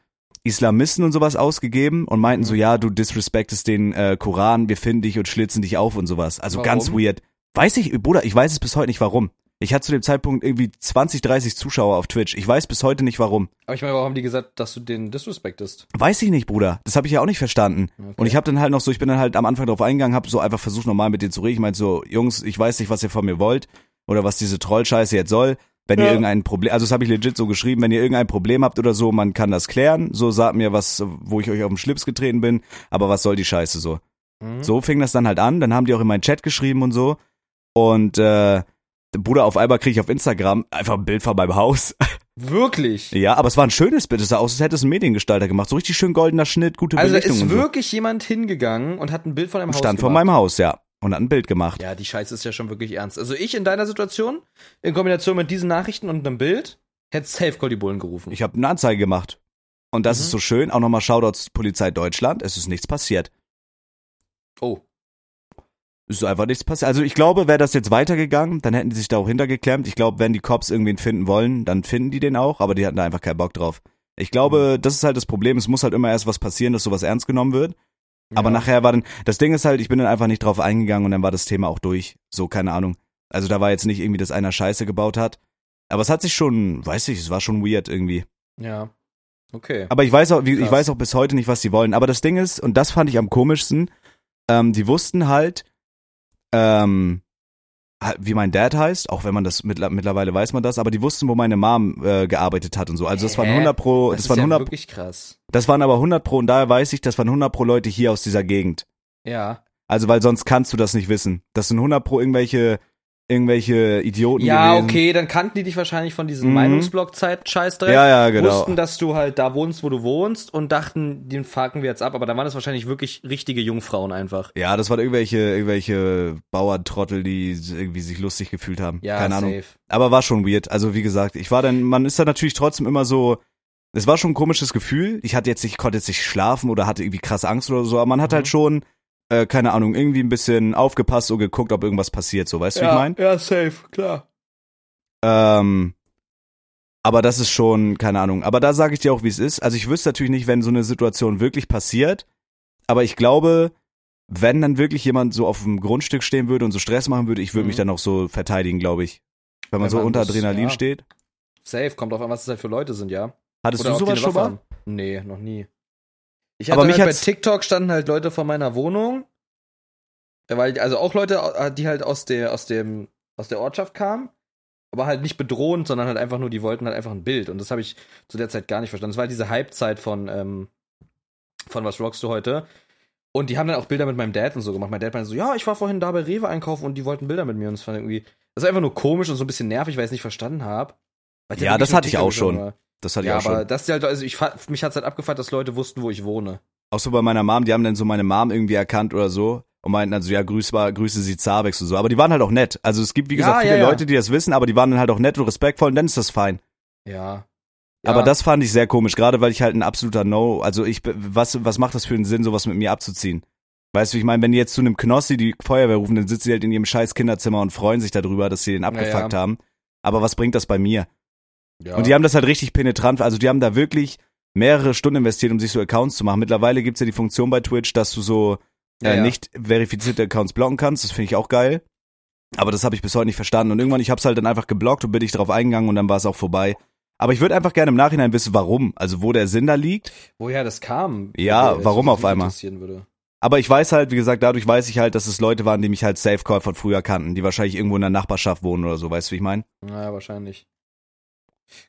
[SPEAKER 1] Islamisten und sowas ausgegeben und meinten so, ja, du disrespectest den äh, Koran, wir finden dich und schlitzen dich auf und sowas. Also ganz
[SPEAKER 2] Warum?
[SPEAKER 1] weird. Weiß ich, Bruder, ich weiß es bis heute nicht warum. Ich hatte zu dem Zeitpunkt irgendwie 20, 30 Zuschauer auf Twitch. Ich weiß bis heute nicht warum.
[SPEAKER 2] Aber ich meine, warum haben die gesagt, dass du den disrespectest?
[SPEAKER 1] Weiß ich nicht, Bruder. Das habe ich ja auch nicht verstanden.
[SPEAKER 2] Okay.
[SPEAKER 1] Und ich habe dann halt noch so, ich bin dann halt am Anfang drauf eingegangen, habe so einfach versucht, normal mit denen zu reden. Ich meinte so, Jungs, ich weiß nicht, was ihr von mir wollt oder was diese Trollscheiße jetzt soll. Wenn ihr
[SPEAKER 2] Ja.
[SPEAKER 1] irgendein Problem, also das habe ich legit so geschrieben, wenn ihr irgendein Problem habt oder so, man kann das klären. So sagt mir was, wo ich euch auf den Schlips getreten bin. Aber was soll die Scheiße so?
[SPEAKER 2] Mhm.
[SPEAKER 1] So fing das dann halt an. Dann haben die auch in meinen Chat geschrieben und so. Und äh, Bruder, auf einmal kriege ich auf Instagram einfach ein Bild von meinem Haus.
[SPEAKER 2] Wirklich?
[SPEAKER 1] Ja, aber es war ein schönes Bild. Es sah aus, als hätte es ein Mediengestalter gemacht. So richtig schön goldener Schnitt, gute
[SPEAKER 2] Also da
[SPEAKER 1] Belichtung
[SPEAKER 2] ist
[SPEAKER 1] und so.
[SPEAKER 2] wirklich jemand hingegangen und hat ein Bild von deinem Haus
[SPEAKER 1] Stand vor
[SPEAKER 2] gemacht.
[SPEAKER 1] meinem Haus, ja. Und hat ein Bild gemacht.
[SPEAKER 2] Ja, die Scheiße ist ja schon wirklich ernst. Also ich in deiner Situation, in Kombination mit diesen Nachrichten und einem Bild, hätte safe Call die Bullen gerufen.
[SPEAKER 1] Ich habe eine Anzeige gemacht. Und das
[SPEAKER 2] Mhm.
[SPEAKER 1] ist so schön. Auch nochmal Shoutouts Polizei Deutschland. Es ist nichts passiert.
[SPEAKER 2] oh.
[SPEAKER 1] Es ist einfach nichts passiert. Also ich glaube, wäre das jetzt weitergegangen, dann hätten die sich da auch hintergeklemmt. Ich glaube, wenn die Cops irgendwen finden wollen, dann finden die den auch. Aber die hatten da einfach keinen Bock drauf. Ich
[SPEAKER 2] Mhm.
[SPEAKER 1] glaube, das ist halt das Problem. Es muss halt immer erst was passieren, dass sowas ernst genommen wird. Aber
[SPEAKER 2] ja.
[SPEAKER 1] nachher war dann, das Ding ist halt, ich bin dann einfach nicht drauf eingegangen und dann war das Thema auch durch. So, keine Ahnung. Also da war jetzt nicht irgendwie, dass einer Scheiße gebaut hat. Aber es hat sich schon, weiß ich, es war schon weird irgendwie.
[SPEAKER 2] Ja. Okay.
[SPEAKER 1] Aber ich weiß auch, wie, ich
[SPEAKER 2] Krass.
[SPEAKER 1] weiß auch bis heute nicht, was die wollen. Aber das Ding ist, und das fand ich am komischsten, ähm, die wussten halt, ähm, ha- wie mein Dad heißt, auch wenn man das mittler- mittlerweile weiß man das, aber die wussten, wo meine Mom äh, gearbeitet hat und so. Also das waren
[SPEAKER 2] Hä?
[SPEAKER 1] 100 pro, das,
[SPEAKER 2] ist
[SPEAKER 1] waren
[SPEAKER 2] ja
[SPEAKER 1] 100,
[SPEAKER 2] wirklich krass.
[SPEAKER 1] das waren aber 100 pro und daher weiß ich, das waren 100 pro Leute hier aus dieser Gegend.
[SPEAKER 2] Ja.
[SPEAKER 1] Also, weil sonst kannst du das nicht wissen. Das sind 100 pro irgendwelche, irgendwelche Idioten
[SPEAKER 2] Ja,
[SPEAKER 1] gewesen.
[SPEAKER 2] okay, dann kannten die dich wahrscheinlich von diesem
[SPEAKER 1] Mhm.
[SPEAKER 2] Meinungsblock-Scheiß direkt.
[SPEAKER 1] Ja, ja, genau.
[SPEAKER 2] Wussten, dass du halt da wohnst, wo du wohnst und dachten, den faken wir jetzt ab. Aber dann waren das wahrscheinlich wirklich richtige Jungfrauen einfach.
[SPEAKER 1] Ja, das waren irgendwelche, irgendwelche Bauerntrottel, die irgendwie sich lustig gefühlt haben.
[SPEAKER 2] Ja,
[SPEAKER 1] Keine
[SPEAKER 2] safe.
[SPEAKER 1] Ahnung. Aber war schon weird. Also, wie gesagt, ich war dann, man ist dann natürlich trotzdem immer so, es war schon ein komisches Gefühl. Ich hatte jetzt nicht, konnte jetzt nicht schlafen oder hatte irgendwie krass Angst oder so, aber man hat
[SPEAKER 2] Mhm.
[SPEAKER 1] halt schon, äh, keine Ahnung, irgendwie ein bisschen aufgepasst und geguckt, ob irgendwas passiert, so, weißt du, wie ich mein?
[SPEAKER 2] ja, safe, klar.
[SPEAKER 1] Ähm, aber das ist schon, keine Ahnung. Aber da sage ich dir auch, wie es ist. Also ich wüsste natürlich nicht, wenn so eine Situation wirklich passiert. Aber ich glaube, wenn dann wirklich jemand so auf dem Grundstück stehen würde und so Stress machen würde, ich würde
[SPEAKER 2] Mhm.
[SPEAKER 1] mich dann auch so verteidigen, glaube ich. Wenn man
[SPEAKER 2] Wenn
[SPEAKER 1] so
[SPEAKER 2] man
[SPEAKER 1] unter
[SPEAKER 2] das-
[SPEAKER 1] Adrenalin
[SPEAKER 2] ja.
[SPEAKER 1] steht.
[SPEAKER 2] Safe, kommt drauf an, was das halt für Leute sind, ja.
[SPEAKER 1] Hattest
[SPEAKER 2] ob
[SPEAKER 1] du
[SPEAKER 2] die
[SPEAKER 1] sowas
[SPEAKER 2] eine
[SPEAKER 1] schon
[SPEAKER 2] Waffe
[SPEAKER 1] mal?
[SPEAKER 2] haben. Nee, noch nie. Ich hatte
[SPEAKER 1] Aber
[SPEAKER 2] Aber
[SPEAKER 1] mich
[SPEAKER 2] halt bei
[SPEAKER 1] hat's-
[SPEAKER 2] TikTok standen halt Leute vor meiner Wohnung, Ja, weil also auch Leute, äh, die halt aus der aus dem aus der Ortschaft kamen, aber halt nicht bedrohend, sondern halt einfach nur, die wollten halt einfach ein Bild und das habe ich zu der Zeit gar nicht verstanden. Das war halt diese Halbzeit von ähm, von was rockst du heute, Und die haben dann auch Bilder mit meinem Dad und so gemacht. Mein Dad meinte so, ja, ich war vorhin da bei Rewe einkaufen und die wollten Bilder mit mir. Und das fand ich irgendwie, das ist einfach nur komisch und so ein bisschen nervig, weil ich es nicht verstanden habe. Weil halt der
[SPEAKER 1] Ja,
[SPEAKER 2] wirklich
[SPEAKER 1] das hatte ich
[SPEAKER 2] nur
[SPEAKER 1] auch schon.
[SPEAKER 2] Ticker-
[SPEAKER 1] Das hatte
[SPEAKER 2] Ja,
[SPEAKER 1] ich auch schon.
[SPEAKER 2] aber das ist halt, also ich, fa- mich hat es halt abgefuckt, dass Leute wussten, wo ich wohne.
[SPEAKER 1] auch so bei meiner Mom, die haben dann so meine Mom irgendwie erkannt oder so und meinten also ja grüß war grüße sie Zabex und so, aber die waren halt auch nett. Also es gibt wie
[SPEAKER 2] Ja,
[SPEAKER 1] gesagt viele
[SPEAKER 2] ja, ja.
[SPEAKER 1] Leute, die das wissen, aber die waren dann halt auch nett und respektvoll und dann ist das fein.
[SPEAKER 2] Ja.
[SPEAKER 1] Aber
[SPEAKER 2] Ja.
[SPEAKER 1] das fand ich sehr komisch, gerade weil ich halt ein absoluter No, also ich be- was was macht das für einen Sinn sowas mit mir abzuziehen? Weißt du, ich meine, wenn die jetzt zu einem Knossi die Feuerwehr rufen, dann sitzen die halt in ihrem scheiß Kinderzimmer und freuen sich darüber, dass sie den abgefuckt
[SPEAKER 2] ja.
[SPEAKER 1] haben. Aber was bringt das bei mir?
[SPEAKER 2] ja.
[SPEAKER 1] Und die haben das halt richtig penetrant, also die haben da wirklich mehrere Stunden investiert, um sich so Accounts zu machen. Mittlerweile gibt's ja die Funktion bei Twitch, dass du so
[SPEAKER 2] Ja,
[SPEAKER 1] äh,
[SPEAKER 2] ja.
[SPEAKER 1] nicht verifizierte Accounts blocken kannst. Das finde ich auch geil. Aber das habe ich bis heute nicht verstanden. Und irgendwann, ich habe es halt dann einfach geblockt und bin ich drauf eingegangen und dann war es auch vorbei. Aber ich würde einfach gerne im Nachhinein wissen, warum. Also wo der Sinn da liegt.
[SPEAKER 2] Woher das kam?
[SPEAKER 1] Ja,
[SPEAKER 2] würde-
[SPEAKER 1] warum
[SPEAKER 2] was
[SPEAKER 1] auf
[SPEAKER 2] mich
[SPEAKER 1] einmal?
[SPEAKER 2] interessieren Würde.
[SPEAKER 1] Aber ich weiß halt, wie gesagt, dadurch weiß ich halt, dass es Leute waren, die mich halt Safecall von früher kannten, die wahrscheinlich irgendwo in der Nachbarschaft wohnen oder so. Weißt du, wie ich meine?
[SPEAKER 2] Naja, wahrscheinlich.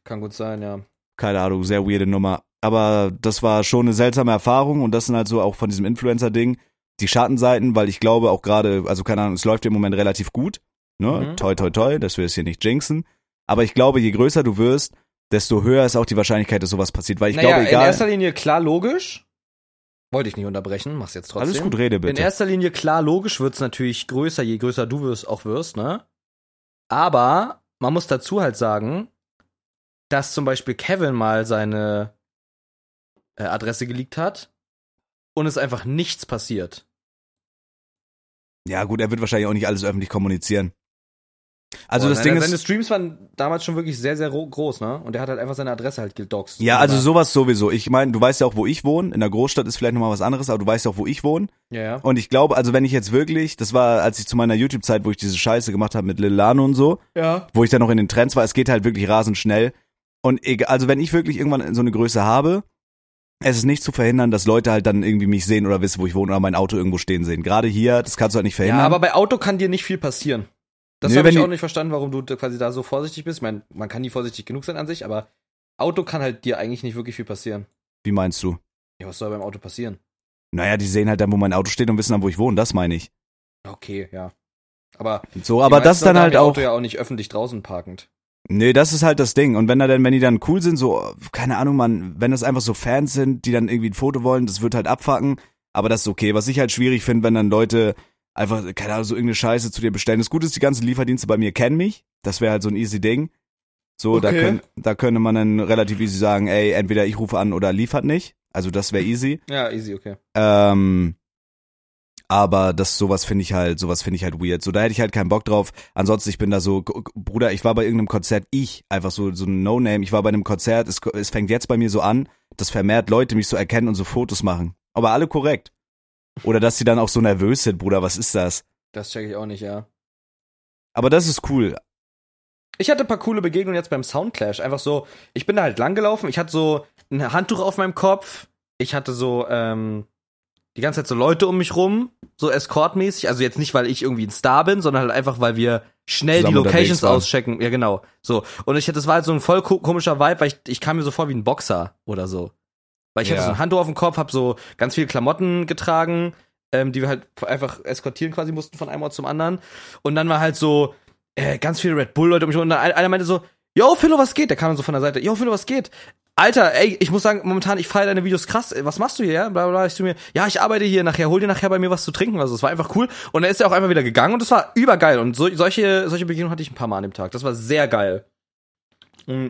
[SPEAKER 2] Kann gut sein, ja.
[SPEAKER 1] keine Ahnung, sehr weirde Nummer. Aber das war schon eine seltsame Erfahrung und das sind halt so auch von diesem Influencer-Ding die Schattenseiten, weil ich glaube auch gerade, also keine Ahnung, es läuft im Moment relativ gut. Ne?
[SPEAKER 2] Mhm.
[SPEAKER 1] Toi, toi, toi, dass wir es hier nicht jinxen. Aber ich glaube, je größer du wirst, desto höher ist auch die Wahrscheinlichkeit, dass sowas passiert. Weil ich
[SPEAKER 2] naja,
[SPEAKER 1] glaube,
[SPEAKER 2] in
[SPEAKER 1] egal.
[SPEAKER 2] erster Linie klar logisch. Wollte ich nicht unterbrechen, mach's jetzt trotzdem.
[SPEAKER 1] Alles gut, rede
[SPEAKER 2] In
[SPEAKER 1] bitte.
[SPEAKER 2] erster Linie klar logisch wird's natürlich größer, je größer du wirst, auch wirst, ne? Aber man muss dazu halt sagen, dass zum Beispiel Kevin mal seine äh, Adresse geleakt hat und es einfach nichts passiert.
[SPEAKER 1] Ja, gut, er wird wahrscheinlich auch nicht alles öffentlich kommunizieren. Also
[SPEAKER 2] Boah,
[SPEAKER 1] das
[SPEAKER 2] Oh, nein,
[SPEAKER 1] Ding
[SPEAKER 2] seine
[SPEAKER 1] ist.
[SPEAKER 2] Streams waren damals schon wirklich sehr, sehr ro- groß, ne? Und er hat halt einfach seine Adresse halt gedoxt.
[SPEAKER 1] Ja, also
[SPEAKER 2] Aber-
[SPEAKER 1] sowas sowieso. Ich meine, du weißt ja auch, wo ich wohne. In der Großstadt ist vielleicht nochmal was anderes, aber du weißt ja auch, wo ich wohne.
[SPEAKER 2] Ja, ja.
[SPEAKER 1] Und ich glaube, also wenn ich jetzt wirklich, das war, als ich zu meiner YouTube-Zeit, wo ich diese Scheiße gemacht habe mit Lil Lano und so,
[SPEAKER 2] Ja.
[SPEAKER 1] wo ich dann noch in den Trends war, es geht halt wirklich rasend schnell. Und egal, also wenn ich wirklich irgendwann so eine Größe habe, es ist nicht zu verhindern, dass Leute halt dann irgendwie mich sehen oder wissen, wo ich wohne oder mein Auto irgendwo stehen sehen. Gerade hier, das kannst du halt nicht verhindern.
[SPEAKER 2] Ja, aber bei Auto kann dir nicht viel passieren. Das
[SPEAKER 1] Nö,
[SPEAKER 2] habe
[SPEAKER 1] wenn
[SPEAKER 2] ich auch
[SPEAKER 1] die-
[SPEAKER 2] nicht verstanden, warum du da quasi da so vorsichtig bist. Ich meine, man kann nie vorsichtig genug sein an sich, aber Auto kann halt dir eigentlich nicht wirklich viel passieren.
[SPEAKER 1] Wie meinst du?
[SPEAKER 2] Ja, was soll beim Auto passieren?
[SPEAKER 1] Naja, die sehen halt dann, wo mein Auto steht und wissen dann, wo ich wohne, das meine ich.
[SPEAKER 2] Okay, ja. Aber,
[SPEAKER 1] So, aber das ist dann halt auch.
[SPEAKER 2] Auto ja auch nicht öffentlich draußen parkend.
[SPEAKER 1] Nee, das ist halt das Ding. Und wenn da dann, wenn die dann cool sind, so, keine Ahnung, man, wenn das einfach so Fans sind, die dann irgendwie ein Foto wollen, das wird halt abfacken. Aber das ist okay. Was ich halt schwierig finde, wenn dann Leute einfach, keine Ahnung, so irgendeine Scheiße zu dir bestellen. Das Gute ist, die ganzen Lieferdienste bei mir kennen mich. Das wäre halt so ein easy Ding. So, da,
[SPEAKER 2] Okay.
[SPEAKER 1] könnt, da könnte man dann relativ easy sagen, ey, entweder ich rufe an oder liefert nicht. Also das wäre easy.
[SPEAKER 2] Ja, easy, okay.
[SPEAKER 1] Ähm, aber das sowas finde ich halt, sowas finde ich halt weird. So da hätte ich halt keinen Bock drauf. Ansonsten ich bin da so, g- g- Bruder, ich war bei irgendeinem Konzert, ich einfach so so ein No Name. Ich war bei einem Konzert. Es, ko- es fängt jetzt bei mir so an, dass vermehrt Leute mich so erkennen und so Fotos machen. Aber alle korrekt. Oder dass sie dann auch so nervös sind, Bruder. Was ist das?
[SPEAKER 2] Das checke ich auch nicht, ja.
[SPEAKER 1] Aber das ist cool.
[SPEAKER 2] Ich hatte ein paar coole Begegnungen jetzt beim Soundclash. Einfach so, ich bin da halt langgelaufen. Ich hatte so ein Handtuch auf meinem Kopf. Ich hatte so ähm, die ganze Zeit so Leute um mich rum, so escortmäßig. Also jetzt nicht, weil ich irgendwie ein Star bin, sondern halt einfach, weil wir schnell
[SPEAKER 1] Zusammen
[SPEAKER 2] die Locations
[SPEAKER 1] unterwegs waren.
[SPEAKER 2] auschecken. Ja, genau. So. Und ich hatte, das war halt so ein voll ko- komischer Vibe, weil ich, ich kam mir so vor wie ein Boxer oder so. Weil ich
[SPEAKER 1] Ja.
[SPEAKER 2] hatte so ein Handtuch auf dem Kopf, hab so ganz viele Klamotten getragen, ähm, die wir halt einfach eskortieren quasi mussten von einem Ort zum anderen. Und dann war halt so äh, ganz viele Red Bull-Leute um mich rum. Und dann einer meinte so, yo, Philo, was geht? Der kam dann so von der Seite, yo, Philo, was geht? Alter, ey, ich muss sagen, momentan, ich feiere deine Videos krass. Ey, Was machst du hier? ja? Bla, bla, bla. Ich zu mir, ja, ich arbeite hier nachher, hol dir nachher bei mir was zu trinken. Also, es war einfach cool. Und dann ist er auch einfach wieder gegangen und das war übergeil. Und so, solche, solche Begegnungen hatte ich ein paar Mal an dem Tag. Das war sehr geil. Mm.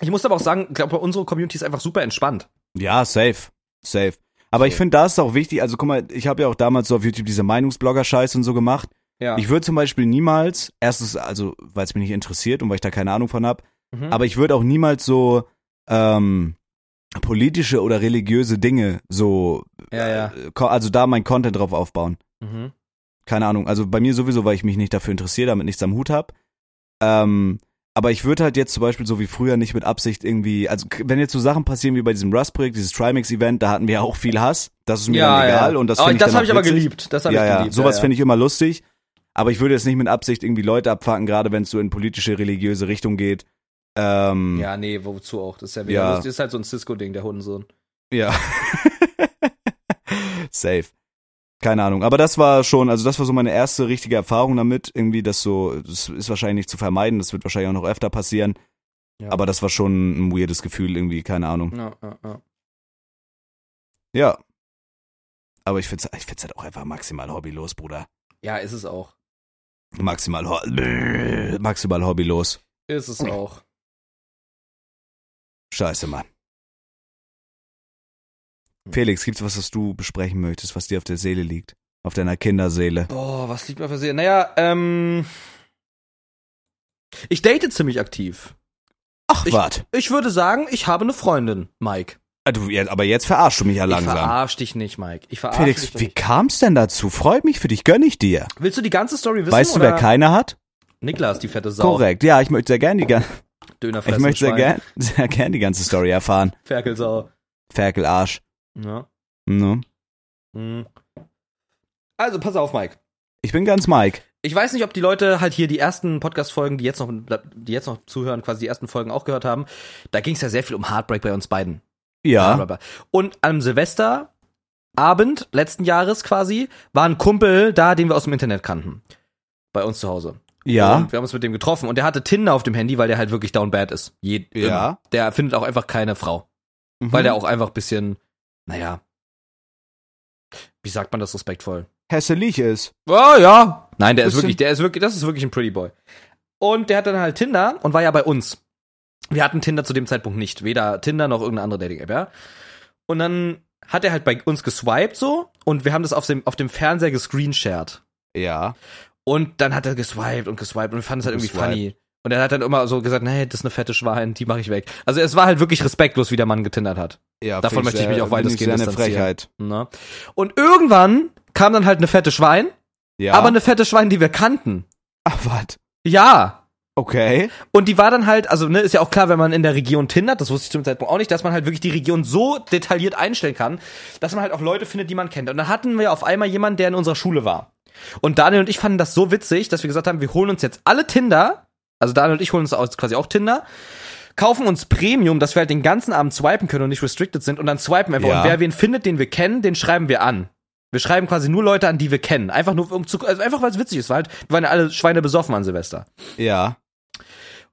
[SPEAKER 2] Ich muss aber auch sagen, ich glaube, unsere Community ist einfach super entspannt.
[SPEAKER 1] Ja, safe. Safe. Aber ich
[SPEAKER 2] So.
[SPEAKER 1] finde, da ist auch wichtig, also guck mal, ich habe ja auch damals so auf YouTube diese Meinungsblogger-Scheiße und so gemacht.
[SPEAKER 2] Ja.
[SPEAKER 1] Ich würde zum Beispiel niemals, erstens, also weil es mich nicht interessiert und weil ich da keine Ahnung von hab,
[SPEAKER 2] mhm.
[SPEAKER 1] aber ich würde auch niemals so ähm, politische oder religiöse Dinge so,
[SPEAKER 2] ja, ja.
[SPEAKER 1] äh, ko- also da mein Content drauf aufbauen.
[SPEAKER 2] Mhm.
[SPEAKER 1] Keine Ahnung, also bei mir sowieso, weil ich mich nicht dafür interessiere, damit nichts am Hut hab. Ähm, aber ich würde halt jetzt zum Beispiel so wie früher nicht mit Absicht irgendwie, also k- wenn jetzt so Sachen passieren wie bei diesem Rust-Projekt, dieses Trimax-Event, da hatten wir ja auch viel Hass, das ist mir
[SPEAKER 2] ja,
[SPEAKER 1] dann egal
[SPEAKER 2] ja.
[SPEAKER 1] und das
[SPEAKER 2] oh,
[SPEAKER 1] finde ich
[SPEAKER 2] das
[SPEAKER 1] dann
[SPEAKER 2] habe
[SPEAKER 1] auch
[SPEAKER 2] ich aber
[SPEAKER 1] witzig.
[SPEAKER 2] geliebt. Das habe
[SPEAKER 1] Ja,
[SPEAKER 2] ich
[SPEAKER 1] ja,
[SPEAKER 2] geliebt.
[SPEAKER 1] sowas
[SPEAKER 2] ja, ja.
[SPEAKER 1] finde ich immer lustig, aber ich würde jetzt nicht mit Absicht irgendwie Leute abfacken, gerade wenn es so in politische, religiöse Richtung geht. Ähm,
[SPEAKER 2] Ja, nee, wozu auch? Das ist ja
[SPEAKER 1] Ja.
[SPEAKER 2] wieder. Das ist halt so ein Cisco-Ding, der Hundensohn.
[SPEAKER 1] Ja. Safe. Keine Ahnung. Aber das war schon, also das war so meine erste richtige Erfahrung damit. Irgendwie, das so, das ist wahrscheinlich nicht zu vermeiden, das wird wahrscheinlich auch noch öfter passieren.
[SPEAKER 2] Ja.
[SPEAKER 1] Aber das war schon ein weirdes Gefühl, irgendwie, keine Ahnung.
[SPEAKER 2] Ja, ja, ja.
[SPEAKER 1] Ja. Aber ich find's, ich find's halt auch einfach maximal hobbylos, Bruder.
[SPEAKER 2] ja, ist es auch.
[SPEAKER 1] Maximal, ho Bäh. maximal hobbylos.
[SPEAKER 2] Ist es auch.
[SPEAKER 1] Scheiße, Mann.
[SPEAKER 2] Hm.
[SPEAKER 1] Felix, gibt's was, was du besprechen möchtest, was dir auf der Seele liegt? Auf deiner Kinderseele?
[SPEAKER 2] Boah, was liegt mir für Seelen? Naja, ähm. Ich date ziemlich aktiv.
[SPEAKER 1] Ach,
[SPEAKER 2] Ich-
[SPEAKER 1] wart.
[SPEAKER 2] Ich würde sagen, ich habe eine Freundin, Mike.
[SPEAKER 1] Ah, Du, ja, aber jetzt verarschst du mich ja
[SPEAKER 2] Ich
[SPEAKER 1] langsam.
[SPEAKER 2] verarsch dich nicht, Mike. Ich verarsch dich
[SPEAKER 1] Felix,
[SPEAKER 2] doch
[SPEAKER 1] wie
[SPEAKER 2] nicht.
[SPEAKER 1] kam's denn dazu? Freut mich für dich, gönn ich dir.
[SPEAKER 2] Willst du die ganze Story wissen?
[SPEAKER 1] weißt du, wer
[SPEAKER 2] oder-
[SPEAKER 1] keine hat?
[SPEAKER 2] Niklas, die fette Sau.
[SPEAKER 1] Korrekt. Ja, ich möchte sehr gern die, gan- ich
[SPEAKER 2] Dönerfresse.
[SPEAKER 1] möchte sehr
[SPEAKER 2] Schwein,
[SPEAKER 1] gern, sehr gern die ganze Story erfahren.
[SPEAKER 2] Ferkelsau.
[SPEAKER 1] Ferkelarsch.
[SPEAKER 2] Ja.
[SPEAKER 1] Ne?
[SPEAKER 2] Mhm. Also, pass auf, Mike.
[SPEAKER 1] Ich bin ganz Mike.
[SPEAKER 2] Ich weiß nicht, ob die Leute halt hier die ersten Podcast-Folgen, die jetzt noch, die jetzt noch zuhören, quasi die ersten Folgen auch gehört haben. Da ging es ja sehr viel um Heartbreak bei uns beiden.
[SPEAKER 1] Ja.
[SPEAKER 2] Heartbreak. Und am Silvesterabend letzten Jahres quasi war ein Kumpel da, den wir aus dem Internet kannten. Bei uns zu Hause.
[SPEAKER 1] Ja.
[SPEAKER 2] Und wir haben uns mit dem getroffen und der hatte Tinder auf dem Handy, weil der halt wirklich down bad ist. Je,
[SPEAKER 1] Ja. Mhm.
[SPEAKER 2] immer. Der findet auch einfach keine Frau. Weil der auch einfach ein bisschen, naja. Wie sagt man das respektvoll?
[SPEAKER 1] hässlich ist.
[SPEAKER 2] Ah, ja. Nein, der ist
[SPEAKER 1] Bisschen.
[SPEAKER 2] wirklich, der ist wirklich, das ist wirklich ein Pretty Boy. Und der hat dann halt Tinder und war ja bei uns. Wir hatten Tinder zu dem Zeitpunkt nicht. Weder Tinder noch irgendeine andere Dating-App, ja. Und dann hat er halt bei uns geswiped so und wir haben das auf dem, auf dem Fernseher gescreenshared.
[SPEAKER 1] Ja.
[SPEAKER 2] Und dann hat er geswiped und geswiped und wir fanden es halt irgendwie
[SPEAKER 1] Geswiped.
[SPEAKER 2] funny. Und er hat dann immer so gesagt, nee, das ist eine fette Schwein, die mache ich weg. Also es war halt wirklich respektlos, wie der Mann getindert hat.
[SPEAKER 1] ja
[SPEAKER 2] Davon möchte ich mich auch weitestgehend
[SPEAKER 1] Das ist eine
[SPEAKER 2] distanzieren.
[SPEAKER 1] Frechheit.
[SPEAKER 2] Ne? Und irgendwann kam dann halt eine fette Schwein,
[SPEAKER 1] Ja.
[SPEAKER 2] aber eine fette Schwein, die wir kannten.
[SPEAKER 1] Ach, was?
[SPEAKER 2] Ja.
[SPEAKER 1] Okay.
[SPEAKER 2] Und die war dann halt, also ne, ist ja auch klar, wenn man in der Region tindert, das wusste ich zum Zeitpunkt auch nicht, dass man halt wirklich die Region so detailliert einstellen kann, dass man halt auch Leute findet, die man kennt. Und dann hatten wir auf einmal jemanden, der in unserer Schule war. Und Daniel und ich fanden das so witzig, dass wir gesagt haben, wir holen uns jetzt alle Tinder, also Daniel und ich holen uns auch- quasi auch Tinder, kaufen uns Premium, dass wir halt den ganzen Abend swipen können und nicht restricted sind und dann swipen einfach.
[SPEAKER 1] Ja.
[SPEAKER 2] Und wer wen findet, den wir kennen, den schreiben wir an. Wir schreiben quasi nur Leute an, die wir kennen. Einfach nur, um zu, also einfach weil es witzig ist, weil halt, wir waren ja alle Schweine besoffen an Silvester.
[SPEAKER 1] Ja.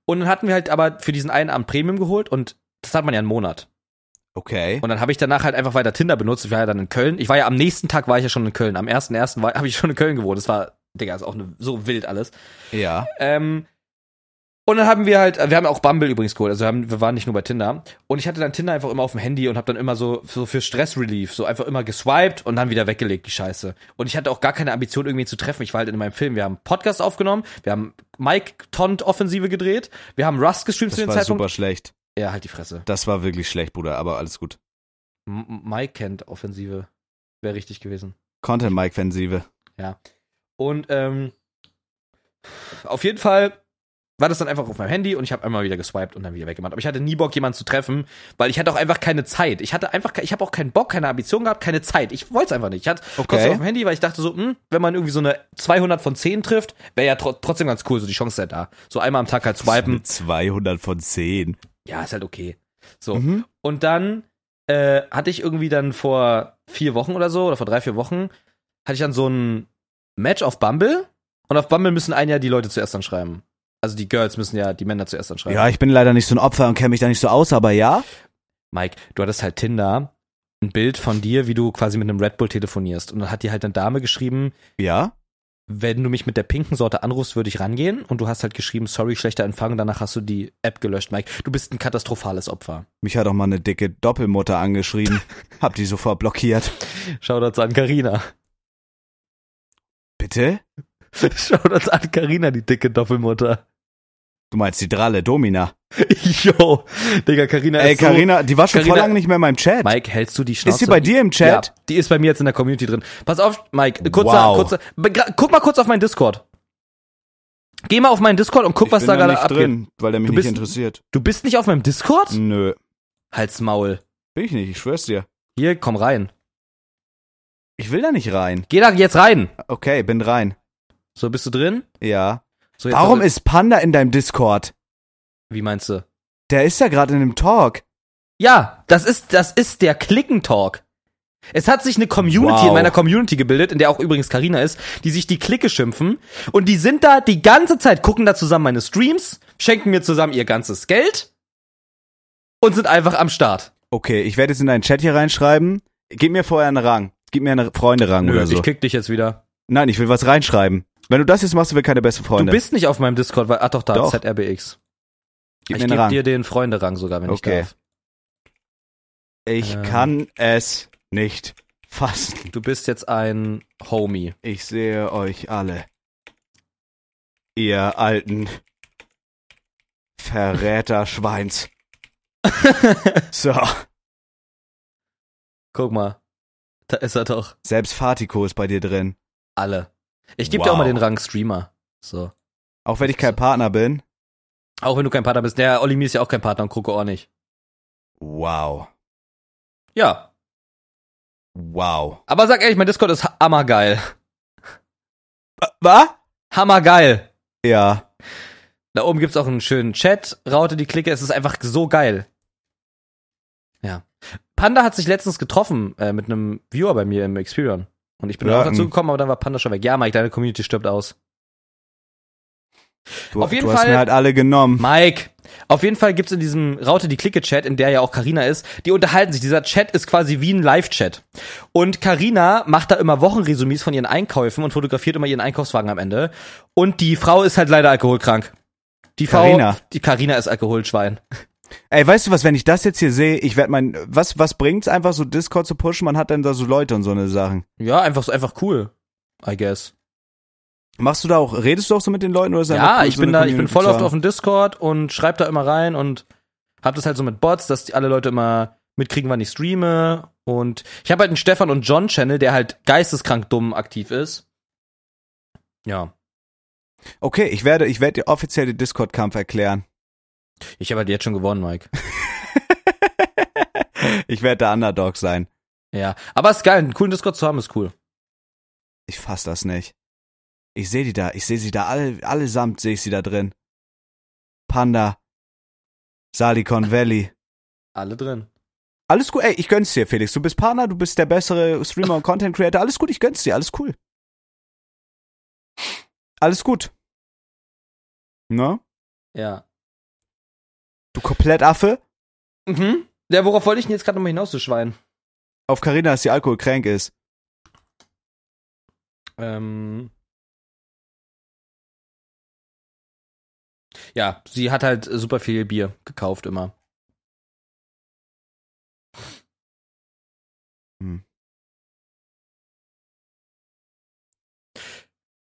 [SPEAKER 2] Und dann hatten wir halt aber für diesen einen Abend Premium geholt und das hat man ja einen Monat.
[SPEAKER 1] Okay.
[SPEAKER 2] Und dann habe ich danach halt einfach weiter Tinder benutzt. Ich war ja dann in Köln. Ich war ja am nächsten Tag war ich ja schon in Köln. Am 1.1. war- habe ich schon in Köln gewohnt. Das war, Digga, ist auch ne, so wild alles.
[SPEAKER 1] Ja.
[SPEAKER 2] Ähm, und dann haben wir halt, wir haben auch Bumble übrigens geholt, also wir, haben, wir waren nicht nur bei Tinder. Und ich hatte dann Tinder einfach immer auf dem Handy und habe dann immer so, so für Stressrelief, so einfach immer geswiped und dann wieder weggelegt, die Scheiße. Und ich hatte auch gar keine Ambition, irgendwie zu treffen. Ich war halt in meinem Film. Wir haben einen Podcast aufgenommen, wir haben Mike Tont Offensive gedreht, wir haben Rust gestreamt
[SPEAKER 1] Das
[SPEAKER 2] zu dem
[SPEAKER 1] war
[SPEAKER 2] Zeitpunkt.
[SPEAKER 1] super schlecht.
[SPEAKER 2] Ja, halt die Fresse.
[SPEAKER 1] Das war wirklich schlecht, Bruder, aber alles gut.
[SPEAKER 2] M M- Mike kennt Offensive. Wäre richtig gewesen.
[SPEAKER 1] Content Mike Fensive.
[SPEAKER 2] Und ähm, auf jeden Fall war das dann einfach auf meinem Handy und ich habe einmal wieder geswiped und dann wieder weggemacht. Aber ich hatte nie Bock, jemanden zu treffen, weil ich hatte auch einfach keine Zeit. Ich hatte einfach, ke- ich habe auch keinen Bock, keine Ambition gehabt, keine Zeit. Ich wollte es einfach nicht. Ich hatte
[SPEAKER 1] Okay.
[SPEAKER 2] trotzdem auf dem Handy, weil ich dachte so, hm, wenn man irgendwie so eine 200 von 10 trifft, wäre ja tro trotzdem ganz cool, so die Chance ist ja da. So einmal am Tag halt swipen.
[SPEAKER 1] 200 von 10.
[SPEAKER 2] Ja, ist halt okay. So.
[SPEAKER 1] Mhm.
[SPEAKER 2] Und dann äh, hatte ich irgendwie dann vor vier Wochen oder so, oder vor drei, vier Wochen, hatte ich dann so ein Match auf Bumble. Und auf Bumble müssen ein Jahr die Leute zuerst anschreiben. Also die Girls müssen ja die Männer zuerst anschreiben.
[SPEAKER 1] Ja, ich bin leider nicht so ein Opfer und kenne mich da nicht so aus, aber ja.
[SPEAKER 2] Mike, du hattest halt Tinder, ein Bild von dir, wie du quasi mit einem Red Bull telefonierst. Und dann hat dir halt eine Dame geschrieben,
[SPEAKER 1] Ja.
[SPEAKER 2] wenn du mich mit der pinken Sorte anrufst, würde ich rangehen. Und du hast halt geschrieben, sorry, schlechter Empfang. Danach hast du die App gelöscht, Mike. Du bist ein katastrophales Opfer.
[SPEAKER 1] Mich hat auch mal eine dicke Doppelmutter angeschrieben. Hab die sofort blockiert.
[SPEAKER 2] Shoutouts an Carina.
[SPEAKER 1] Bitte?
[SPEAKER 2] Shoutouts an Carina, die dicke Doppelmutter.
[SPEAKER 1] Du meinst die Dralle, Domina.
[SPEAKER 2] Yo, Digga, Carina
[SPEAKER 1] Ey,
[SPEAKER 2] ist so-
[SPEAKER 1] Karina, die war schon
[SPEAKER 2] Carina-
[SPEAKER 1] vor langem nicht mehr in meinem Chat.
[SPEAKER 2] Mike, hältst du die Schnauze?
[SPEAKER 1] Ist sie bei dir im
[SPEAKER 2] Ja,
[SPEAKER 1] Chat?
[SPEAKER 2] die ist bei mir jetzt in der Community drin. Pass auf, Mike, kurzer,
[SPEAKER 1] Wow.
[SPEAKER 2] kurzer, begra- guck mal kurz auf meinen Discord. Geh mal auf meinen Discord und guck,
[SPEAKER 1] Ich
[SPEAKER 2] was
[SPEAKER 1] bin
[SPEAKER 2] da
[SPEAKER 1] da
[SPEAKER 2] gerade
[SPEAKER 1] nicht
[SPEAKER 2] abgeht.
[SPEAKER 1] drin, Hm. weil der mich
[SPEAKER 2] Du
[SPEAKER 1] nicht
[SPEAKER 2] bist-
[SPEAKER 1] interessiert.
[SPEAKER 2] Du bist nicht auf meinem Discord?
[SPEAKER 1] Nö,
[SPEAKER 2] Halt's Maul.
[SPEAKER 1] bin ich nicht, ich schwör's dir.
[SPEAKER 2] Hier, komm rein.
[SPEAKER 1] Ich will da nicht rein.
[SPEAKER 2] Geh da jetzt rein.
[SPEAKER 1] Okay, bin rein.
[SPEAKER 2] So, bist du drin?
[SPEAKER 1] Ja.
[SPEAKER 2] So, jetzt
[SPEAKER 1] Warum
[SPEAKER 2] also-
[SPEAKER 1] ist Panda in deinem Discord?
[SPEAKER 2] Wie meinst du?
[SPEAKER 1] Der ist ja gerade in einem Talk.
[SPEAKER 2] Ja, das ist, das ist der Klickentalk. Es hat sich eine Community
[SPEAKER 1] Wow.
[SPEAKER 2] in meiner Community gebildet, in der auch übrigens Karina ist, die sich die Clique schimpfen und die sind da die ganze Zeit, gucken da zusammen meine Streams, schenken mir zusammen ihr ganzes Geld und sind einfach am Start.
[SPEAKER 1] Okay, ich werde jetzt in deinen Chat hier reinschreiben. Gib mir vorher einen Rang. Gib mir einen Freunde-Rang
[SPEAKER 2] Nö,
[SPEAKER 1] oder so.
[SPEAKER 2] ich kick dich jetzt wieder.
[SPEAKER 1] Nein, ich will was reinschreiben. Wenn du das jetzt machst, sind wir keine besten
[SPEAKER 2] Du
[SPEAKER 1] Freunde.
[SPEAKER 2] bist nicht auf meinem Discord, weil ach doch da
[SPEAKER 1] Doch.
[SPEAKER 2] ZRBX.
[SPEAKER 1] Gib mir
[SPEAKER 2] ich
[SPEAKER 1] einen
[SPEAKER 2] gebe
[SPEAKER 1] Rang.
[SPEAKER 2] dir den Freunde-Rang sogar, wenn
[SPEAKER 1] Okay.
[SPEAKER 2] ich darf.
[SPEAKER 1] ich
[SPEAKER 2] Ähm.
[SPEAKER 1] kann es nicht fassen.
[SPEAKER 2] Du bist jetzt ein Homie.
[SPEAKER 1] Ich sehe euch alle. Ihr alten Verräter-Schweins. so,
[SPEAKER 2] Guck mal. Da ist er doch.
[SPEAKER 1] selbst Fatiko ist bei dir drin.
[SPEAKER 2] Alle. Ich gebe dir auch
[SPEAKER 1] Wow.
[SPEAKER 2] mal den Rang Streamer. So.
[SPEAKER 1] Auch wenn ich kein Partner bin.
[SPEAKER 2] Auch wenn du kein Partner bist. Der Olli Mi ist ja auch kein Partner und Kroko auch nicht.
[SPEAKER 1] Wow.
[SPEAKER 2] Ja.
[SPEAKER 1] Wow.
[SPEAKER 2] Aber sag ehrlich, mein Discord ist ha- hammergeil.
[SPEAKER 1] Was?
[SPEAKER 2] Hammergeil.
[SPEAKER 1] Ja.
[SPEAKER 2] Da oben gibt's auch einen schönen Chat. Raute die Clique. Es ist einfach so geil. Ja. Panda hat sich letztens getroffen äh, mit einem Viewer bei mir im Experion. Und ich bin
[SPEAKER 1] Ja,
[SPEAKER 2] auch dazu
[SPEAKER 1] ähm.
[SPEAKER 2] gekommen, aber dann war Panda schon weg. Ja, Mike, deine Community stirbt aus.
[SPEAKER 1] Du,
[SPEAKER 2] Auf jeden
[SPEAKER 1] du hast
[SPEAKER 2] Fall-
[SPEAKER 1] mir halt alle genommen.
[SPEAKER 2] Mike, auf jeden Fall gibt's in diesem Raute die Clique Chat, in der ja auch Karina ist, die unterhalten sich. Dieser Chat ist quasi wie ein Live Chat. Und Karina macht da immer Wochenresümees von ihren Einkäufen und fotografiert immer ihren Einkaufswagen am Ende und die Frau ist halt leider alkoholkrank. Die Frau,
[SPEAKER 1] Carina.
[SPEAKER 2] die Karina ist Alkoholschwein.
[SPEAKER 1] Ey, weißt du was, wenn ich das jetzt hier sehe, ich werde mein, was, was bringt's einfach so Discord zu pushen? Man hat dann da so Leute und so eine Sachen.
[SPEAKER 2] Ja, einfach so einfach cool, I guess.
[SPEAKER 1] Machst du da auch, redest du auch so mit den Leuten oder ist einfach
[SPEAKER 2] Ja,
[SPEAKER 1] cool,
[SPEAKER 2] ich
[SPEAKER 1] so
[SPEAKER 2] bin
[SPEAKER 1] eine
[SPEAKER 2] da, ich bin
[SPEAKER 1] Community
[SPEAKER 2] voll
[SPEAKER 1] zu
[SPEAKER 2] oft
[SPEAKER 1] haben?
[SPEAKER 2] auf dem Discord und schreib da immer rein und hab das halt so mit Bots, dass die alle Leute immer mitkriegen, wann ich streame. Und ich habe halt einen Stefan und John Channel, der halt geisteskrank dumm aktiv ist. Ja.
[SPEAKER 1] Okay, ich werde, ich werde dir offiziell den Discord-Kampf erklären.
[SPEAKER 2] Ich habe halt jetzt schon gewonnen, Mike.
[SPEAKER 1] Ich werde der Underdog sein.
[SPEAKER 2] Ja. Aber ist geil, einen coolen Discord zu haben, ist cool.
[SPEAKER 1] Ich fass das nicht. Ich sehe die da, ich sehe sie da, alle, allesamt sehe ich sie da drin. Panda. Salikon Valley.
[SPEAKER 2] Alle drin.
[SPEAKER 1] Alles gut, ey, ich gönn's dir, Felix. Du bist Partner, du bist der bessere Streamer und Content Creator. Alles gut, ich gönn's dir, alles cool. Alles gut. Ne?
[SPEAKER 2] Ja.
[SPEAKER 1] Du komplett Affe?
[SPEAKER 2] Mhm. Ja, worauf wollte ich denn jetzt gerade nochmal hinaus, du Schwein?
[SPEAKER 1] Auf Carina, dass die alkoholkränk ist.
[SPEAKER 2] Ähm. Ja, sie hat halt super viel Bier gekauft immer.
[SPEAKER 1] Hm.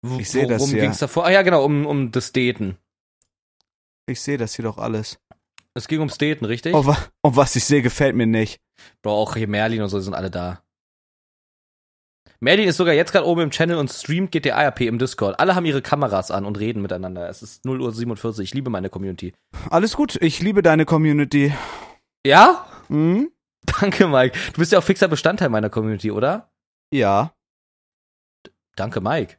[SPEAKER 2] Wo-
[SPEAKER 1] Ich seh das,
[SPEAKER 2] Worum
[SPEAKER 1] ja.
[SPEAKER 2] ging's davor? Ah ja, genau, um, um das Daten.
[SPEAKER 1] Ich sehe das hier doch alles.
[SPEAKER 2] Es ging ums Daten, richtig?
[SPEAKER 1] Oh, wa und was ich sehe, gefällt mir nicht.
[SPEAKER 2] Bro, auch hier Merlin und so die sind alle da. Merlin ist sogar jetzt gerade oben im Channel und streamt GTA RP im Discord. Alle haben ihre Kameras an und reden miteinander. Es ist 0 Uhr. 47. Ich liebe meine Community.
[SPEAKER 1] Alles gut, ich liebe deine Community.
[SPEAKER 2] Ja?
[SPEAKER 1] Hm?
[SPEAKER 2] Danke, Mike. Du bist ja auch fixer Bestandteil meiner Community, oder?
[SPEAKER 1] Ja.
[SPEAKER 2] Danke, Mike.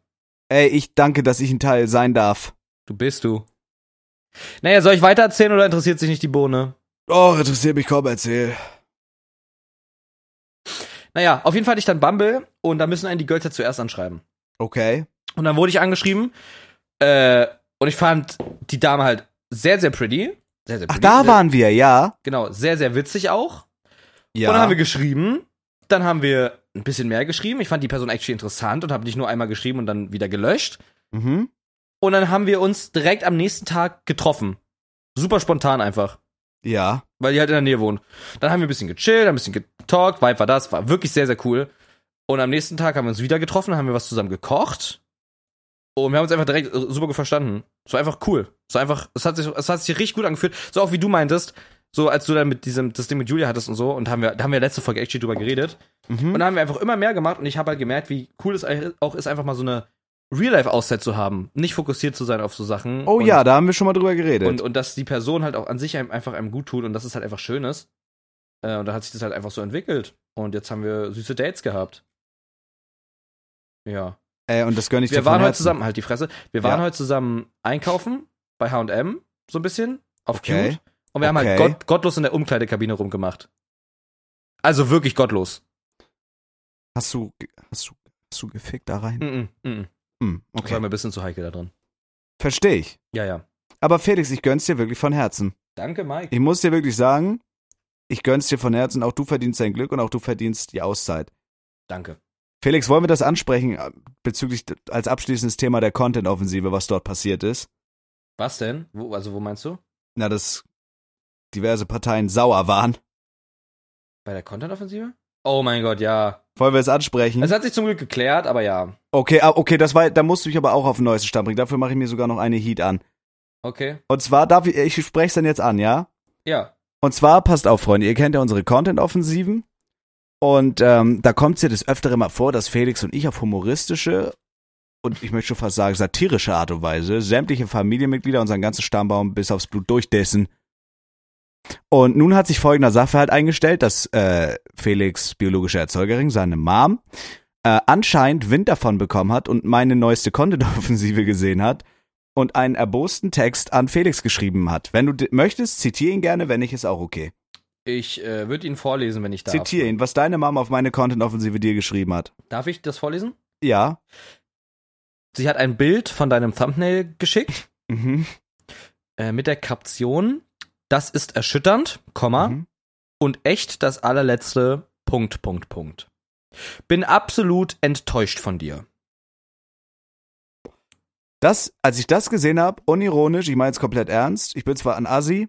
[SPEAKER 1] Ey, ich danke, dass ich ein Teil sein darf.
[SPEAKER 2] Du bist du. Naja, soll ich weitererzählen oder interessiert sich nicht die Bohne?
[SPEAKER 1] Oh, interessiert mich kaum, erzähl.
[SPEAKER 2] Naja, auf jeden Fall hatte ich dann Bumble und da müssen einen die Girls ja zuerst anschreiben.
[SPEAKER 1] Okay.
[SPEAKER 2] Und dann wurde ich angeschrieben äh, und ich fand die Dame halt sehr, sehr pretty. Sehr, sehr
[SPEAKER 1] Ach,
[SPEAKER 2] pretty.
[SPEAKER 1] da
[SPEAKER 2] sehr,
[SPEAKER 1] waren wir, ja.
[SPEAKER 2] Genau, sehr, sehr witzig auch.
[SPEAKER 1] Ja.
[SPEAKER 2] Und dann haben wir geschrieben. Dann haben wir ein bisschen mehr geschrieben. Ich fand die Person actually interessant und habe nicht nur einmal geschrieben und dann wieder gelöscht.
[SPEAKER 1] mhm.
[SPEAKER 2] Und dann haben wir uns direkt am nächsten Tag getroffen. Super spontan einfach,
[SPEAKER 1] Ja.
[SPEAKER 2] weil die halt in der Nähe wohnt. Dann haben wir ein bisschen gechillt, ein bisschen getalkt, Vibe war das, war wirklich sehr, sehr cool. Und am nächsten Tag haben wir uns wieder getroffen, haben wir was zusammen gekocht. Und wir haben uns einfach direkt äh, super gut verstanden. Es war einfach cool. Es war einfach, es hat sich, es hat sich richtig gut angefühlt. So auch wie du meintest, so als du dann mit diesem, das Ding mit Julia hattest und so. Und haben wir, da haben wir letzte Folge actually drüber geredet. Und
[SPEAKER 1] Mhm.
[SPEAKER 2] dann haben wir einfach immer mehr gemacht und ich habe halt gemerkt, wie cool es eigentlich auch ist, einfach mal so eine Real-Life-Auszeit zu haben. Nicht fokussiert zu sein auf so Sachen.
[SPEAKER 1] Oh
[SPEAKER 2] und,
[SPEAKER 1] ja, da haben wir schon mal drüber geredet.
[SPEAKER 2] Und, und dass die Person halt auch an sich einem einfach einem gut tut und dass es halt einfach schön ist. Äh, und da hat sich das halt einfach so entwickelt. Und jetzt haben wir süße Dates gehabt. Ja.
[SPEAKER 1] Ey, Äh, und das gönn ich dir
[SPEAKER 2] Wir
[SPEAKER 1] von
[SPEAKER 2] waren heute
[SPEAKER 1] Herzen.
[SPEAKER 2] zusammen, halt die Fresse. Wir waren
[SPEAKER 1] Ja.
[SPEAKER 2] heute zusammen einkaufen bei H&M, so ein bisschen, auf
[SPEAKER 1] Okay.
[SPEAKER 2] Cute. Und wir haben
[SPEAKER 1] Okay.
[SPEAKER 2] halt gott, gottlos in der Umkleidekabine rumgemacht. Also wirklich gottlos.
[SPEAKER 1] Hast du, ge- hast du, hast du gefickt da rein?
[SPEAKER 2] Mm -mm, mm
[SPEAKER 1] Hm,
[SPEAKER 2] Das war
[SPEAKER 1] okay.
[SPEAKER 2] mir ein bisschen zu heikel da drin.
[SPEAKER 1] Verstehe ich.
[SPEAKER 2] Ja, ja.
[SPEAKER 1] Aber Felix, ich gönn's dir wirklich von Herzen.
[SPEAKER 2] Danke, Mike.
[SPEAKER 1] Ich muss dir wirklich sagen, ich gönn's dir von Herzen. Auch du verdienst dein Glück und auch du verdienst die Auszeit.
[SPEAKER 2] Danke.
[SPEAKER 1] Felix, wollen wir das ansprechen äh, bezüglich d- als abschließendes Thema der Content-Offensive, was dort passiert ist?
[SPEAKER 2] Was denn? Wo, also, wo meinst du?
[SPEAKER 1] Na, dass diverse Parteien sauer waren.
[SPEAKER 2] Bei der Content-Offensive? Oh mein Gott, ja.
[SPEAKER 1] Wollen wir es ansprechen?
[SPEAKER 2] Es hat sich zum Glück geklärt, aber ja.
[SPEAKER 1] Okay, ah, okay, das war, da musst du mich aber auch auf den neuesten Stand bringen. Dafür mache ich mir sogar noch eine Heat an.
[SPEAKER 2] Okay.
[SPEAKER 1] Und zwar darf ich, ich spreche es dann jetzt an, ja?
[SPEAKER 2] Ja.
[SPEAKER 1] Und zwar, passt auf, Freunde, ihr kennt ja unsere Content-Offensiven. Und ähm, da kommt es ja des Öfteren mal vor, dass Felix und ich auf humoristische und ich möchte schon fast sagen satirische Art und Weise sämtliche Familienmitglieder, unseren ganzen Stammbaum bis aufs Blut durchdessen. Und nun hat sich folgender Sachverhalt eingestellt, dass äh, Felix biologische Erzeugerin, seine Mom, äh, anscheinend Wind davon bekommen hat und meine neueste Content-Offensive gesehen hat und einen erbosten Text an Felix geschrieben hat. Wenn du d- möchtest, zitiere ihn gerne, wenn nicht, ist auch okay.
[SPEAKER 2] Ich äh, würde ihn vorlesen, wenn ich darf.
[SPEAKER 1] Zitiere ihn, was deine Mama auf meine Content-Offensive dir geschrieben hat.
[SPEAKER 2] Darf ich das vorlesen?
[SPEAKER 1] Ja.
[SPEAKER 2] Sie hat ein Bild von deinem Thumbnail geschickt
[SPEAKER 1] Mhm.
[SPEAKER 2] äh, mit der Kaption: Das ist erschütternd, Komma,
[SPEAKER 1] Mhm.
[SPEAKER 2] und echt das allerletzte Punkt, Punkt, Punkt. Bin absolut enttäuscht von dir.
[SPEAKER 1] Das, als ich das gesehen habe, unironisch, ich meine es komplett ernst, ich bin zwar ein Assi,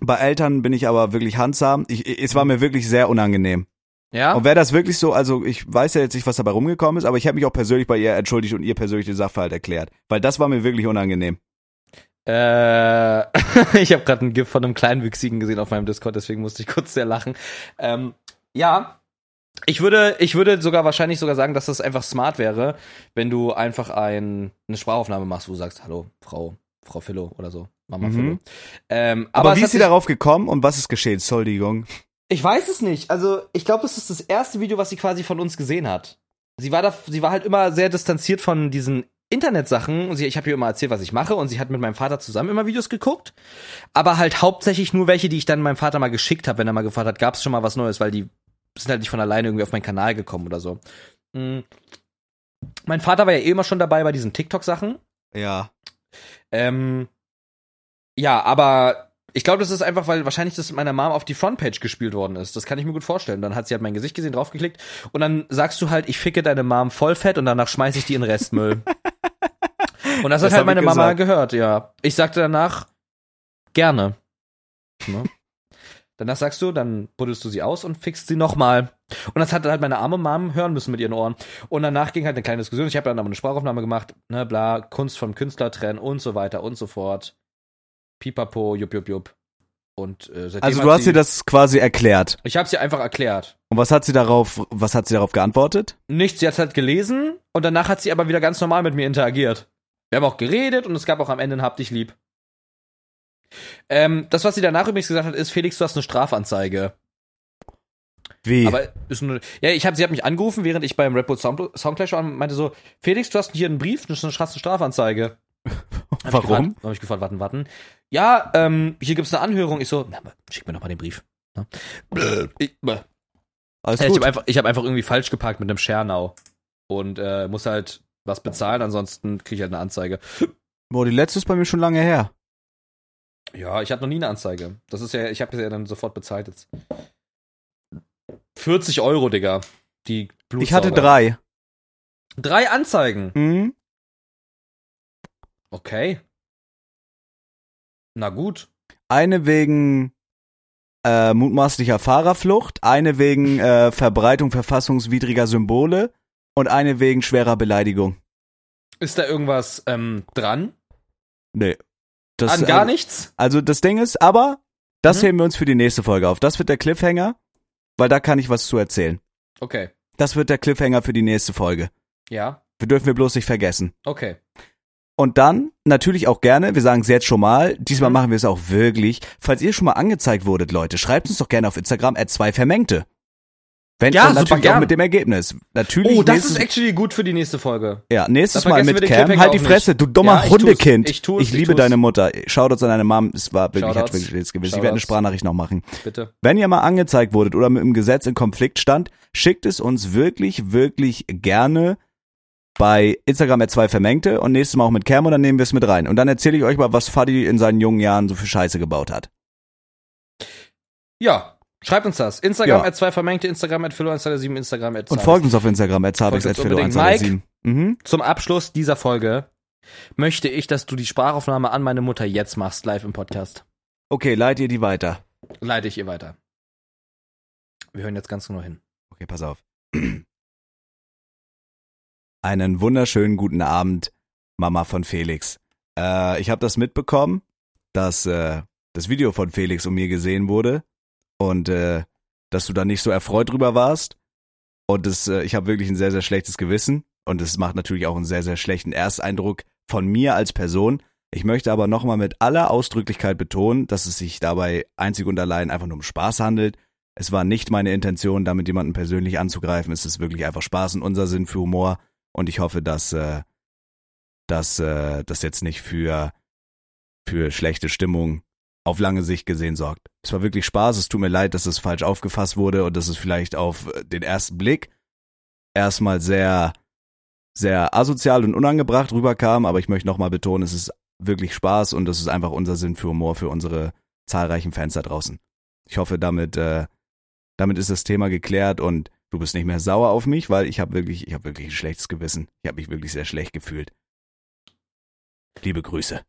[SPEAKER 1] bei Eltern bin ich aber wirklich handsam. Ich, ich- es war mir wirklich sehr unangenehm.
[SPEAKER 2] Ja?
[SPEAKER 1] Und wäre das wirklich so, also ich weiß ja jetzt nicht, was dabei rumgekommen ist, aber ich habe mich auch persönlich bei ihr entschuldigt und ihr persönlich den Sachverhalt erklärt. Weil das war mir wirklich unangenehm.
[SPEAKER 2] Äh, ich habe gerade ein GIF von einem Kleinwüchsigen gesehen auf meinem Discord, deswegen musste ich kurz sehr lachen. Ähm, ja, ich würde, ich würde sogar wahrscheinlich sogar sagen, dass das einfach smart wäre, wenn du einfach ein, eine Sprachaufnahme machst, wo du sagst, hallo, Frau, Frau Philo oder so, Mama
[SPEAKER 1] Mhm.
[SPEAKER 2] Philo. Ähm,
[SPEAKER 1] Aber,
[SPEAKER 2] aber es
[SPEAKER 1] wie
[SPEAKER 2] hat
[SPEAKER 1] ist sie
[SPEAKER 2] sich-
[SPEAKER 1] darauf gekommen und was ist geschehen? Entschuldigung.
[SPEAKER 2] Ich weiß es nicht. Also, ich glaube, das ist das erste Video, was sie quasi von uns gesehen hat. Sie war da, sie war halt immer sehr distanziert von diesen Internetsachen. Und Sie, ich habe ihr immer erzählt, was ich mache, und sie hat mit meinem Vater zusammen immer Videos geguckt, aber halt hauptsächlich nur welche, die ich dann meinem Vater mal geschickt habe, wenn er mal gefragt hat, gab es schon mal was Neues, weil die sind halt nicht von alleine irgendwie auf meinen Kanal gekommen oder so. Mm. Mein Vater war ja eh immer schon dabei bei diesen TikTok-Sachen.
[SPEAKER 1] Ja.
[SPEAKER 2] Ähm, ja, aber ich glaube, das ist einfach, weil wahrscheinlich das meiner Mom auf die Frontpage gespielt worden ist. Das kann ich mir gut vorstellen. Dann hat sie halt mein Gesicht gesehen, draufgeklickt und dann sagst du halt, ich ficke deine Mom voll fett und danach schmeiß ich die in Restmüll. und das,
[SPEAKER 1] Das hab
[SPEAKER 2] hat halt
[SPEAKER 1] ich
[SPEAKER 2] meine Mama
[SPEAKER 1] gesagt.
[SPEAKER 2] gehört, ja. Ich sagte danach, gerne. Ne? danach sagst du, dann buddelst du sie aus und fickst sie nochmal. Und das hat halt meine arme Mom hören müssen mit ihren Ohren. Und danach ging halt eine kleine Diskussion. Ich habe dann aber eine Sprachaufnahme gemacht, ne, bla, Kunst vom Künstler trennen und so weiter und so fort. Pipapo, jupp, jupp, jupp. Und äh, seitdem
[SPEAKER 1] Also
[SPEAKER 2] hat
[SPEAKER 1] du hast
[SPEAKER 2] sie
[SPEAKER 1] ihr das quasi erklärt.
[SPEAKER 2] Ich habe sie einfach erklärt.
[SPEAKER 1] Und was hat sie darauf, was hat sie darauf geantwortet?
[SPEAKER 2] Nichts, sie hat halt gelesen und danach hat sie aber wieder ganz normal mit mir interagiert. Wir haben auch geredet und es gab auch am Ende ein Hab dich lieb. Ähm, das, was sie danach übrigens gesagt hat, ist, Felix, du hast eine Strafanzeige.
[SPEAKER 1] Wie?
[SPEAKER 2] Aber ist nur, ja, ich hab, sie hat mich angerufen, während ich beim Redwood Sound, Soundclash war und meinte so, Felix, du hast hier einen Brief, das ist eine Straß- Strafanzeige. Hab Ich
[SPEAKER 1] Warum?
[SPEAKER 2] gefragt, hab ich gefragt, warten, warten. Ja, ähm, hier gibt's eine Anhörung. Ich so, na, schick mir noch mal den Brief. Ne? Ich, ich
[SPEAKER 1] Alles
[SPEAKER 2] habe
[SPEAKER 1] gut.
[SPEAKER 2] einfach, ich hab einfach irgendwie falsch geparkt mit einem Schernau und äh, muss halt was bezahlen, ansonsten krieg ich halt eine Anzeige.
[SPEAKER 1] Boah, die letzte ist bei mir schon lange her.
[SPEAKER 2] Ja, ich hatte noch nie eine Anzeige. Das ist ja, ich habe ja dann sofort bezahlt jetzt. 40 Euro, Digga. Die
[SPEAKER 1] Ich hatte
[SPEAKER 2] Blutsauger.
[SPEAKER 1] drei.
[SPEAKER 2] Drei Anzeigen.
[SPEAKER 1] Hm?
[SPEAKER 2] Okay. Na gut.
[SPEAKER 1] Eine wegen äh, mutmaßlicher Fahrerflucht, eine wegen äh, Verbreitung verfassungswidriger Symbole und eine wegen schwerer Beleidigung.
[SPEAKER 2] Ist da irgendwas ähm, dran?
[SPEAKER 1] Nee. Das,
[SPEAKER 2] An gar
[SPEAKER 1] äh,
[SPEAKER 2] nichts?
[SPEAKER 1] Also das Ding ist, aber das
[SPEAKER 2] Mhm.
[SPEAKER 1] heben wir uns für die nächste Folge auf. Das wird der Cliffhanger, weil da kann ich was zu erzählen.
[SPEAKER 2] Okay.
[SPEAKER 1] Das wird der Cliffhanger für die nächste Folge.
[SPEAKER 2] Ja.
[SPEAKER 1] Wir dürfen wir bloß nicht vergessen.
[SPEAKER 2] Okay.
[SPEAKER 1] Und dann natürlich auch gerne, wir sagen es jetzt schon mal,
[SPEAKER 2] Mhm.
[SPEAKER 1] diesmal machen wir es auch wirklich. Falls ihr schon mal angezeigt wurdet, Leute, schreibt uns doch gerne auf Instagram at 2 Vermengte. Wenn
[SPEAKER 2] Ja,
[SPEAKER 1] und
[SPEAKER 2] super
[SPEAKER 1] natürlich auch
[SPEAKER 2] gern.
[SPEAKER 1] mit dem Ergebnis. Natürlich.
[SPEAKER 2] Oh, das
[SPEAKER 1] nächstes,
[SPEAKER 2] ist actually gut für die nächste Folge.
[SPEAKER 1] ja, nächstes
[SPEAKER 2] da
[SPEAKER 1] Mal
[SPEAKER 2] vergessen wir
[SPEAKER 1] mit
[SPEAKER 2] den
[SPEAKER 1] Cam.
[SPEAKER 2] Cliffhanger
[SPEAKER 1] Halt die
[SPEAKER 2] auch
[SPEAKER 1] Fresse,
[SPEAKER 2] nicht.
[SPEAKER 1] du dummer
[SPEAKER 2] Ja, ich tu's.
[SPEAKER 1] Hundekind.
[SPEAKER 2] Ich tu's, ich
[SPEAKER 1] liebe
[SPEAKER 2] tu's.
[SPEAKER 1] deine Mutter. Shoutouts an deine Mom. Es war wirklich, hat
[SPEAKER 2] Shoutouts.
[SPEAKER 1] wirklich jetzt gewesen. Ich werde eine
[SPEAKER 2] Shoutouts.
[SPEAKER 1] Sprachnachricht noch machen.
[SPEAKER 2] Bitte.
[SPEAKER 1] Wenn ihr mal angezeigt wurdet oder mit dem Gesetz in Konflikt stand, schickt es uns wirklich, wirklich gerne bei Instagram at 2 Vermengte und nächstes Mal auch mit Cam und dann nehmen wir es mit rein. Und dann erzähle ich euch mal, was Fadi in seinen jungen Jahren so für Scheiße gebaut hat.
[SPEAKER 2] Ja, schreibt uns das. Instagram
[SPEAKER 1] Ja.
[SPEAKER 2] at 2 vermengte, Instagram at philo127, Instagram at
[SPEAKER 1] Und
[SPEAKER 2] Zavis.
[SPEAKER 1] folgt uns auf Instagram at
[SPEAKER 2] Folgt
[SPEAKER 1] Zabix
[SPEAKER 2] uns
[SPEAKER 1] at
[SPEAKER 2] unbedingt.
[SPEAKER 1] 127 Mhm.
[SPEAKER 2] Zum Abschluss dieser Folge möchte ich, dass du die Sprachaufnahme an meine Mutter jetzt machst, live im Podcast.
[SPEAKER 1] Okay, leitet ihr die weiter.
[SPEAKER 2] Leite ich ihr weiter. Wir hören jetzt ganz genau hin.
[SPEAKER 1] Okay, pass auf. Einen wunderschönen guten Abend, Mama von Felix. Äh, ich habe das mitbekommen, dass äh, das Video von Felix und mir gesehen wurde und äh, dass du da nicht so erfreut drüber warst. Und das, äh, ich habe wirklich ein sehr, sehr schlechtes Gewissen und es macht natürlich auch einen sehr, sehr schlechten Ersteindruck von mir als Person. Ich möchte aber nochmal mit aller Ausdrücklichkeit betonen, dass es sich dabei einzig und allein einfach nur um Spaß handelt es war nicht meine Intention, damit jemanden persönlich anzugreifen. Es ist wirklich einfach Spaß und unser Sinn für Humor. Und ich hoffe, dass, äh, dass äh, das jetzt nicht für, für schlechte Stimmung auf lange Sicht gesehen sorgt. Es war wirklich Spaß. Es tut mir leid, dass es falsch aufgefasst wurde und dass es vielleicht auf äh, den ersten Blick erstmal sehr, sehr asozial und unangebracht rüberkam. Aber ich möchte nochmal betonen, es ist wirklich Spaß und das ist einfach unser Sinn für Humor für unsere zahlreichen Fans da draußen. Ich hoffe, damit äh, damit ist das Thema geklärt und du bist nicht mehr sauer auf mich, weil ich habe wirklich, ich habe wirklich ein schlechtes Gewissen. Ich habe mich wirklich sehr schlecht gefühlt. Liebe Grüße.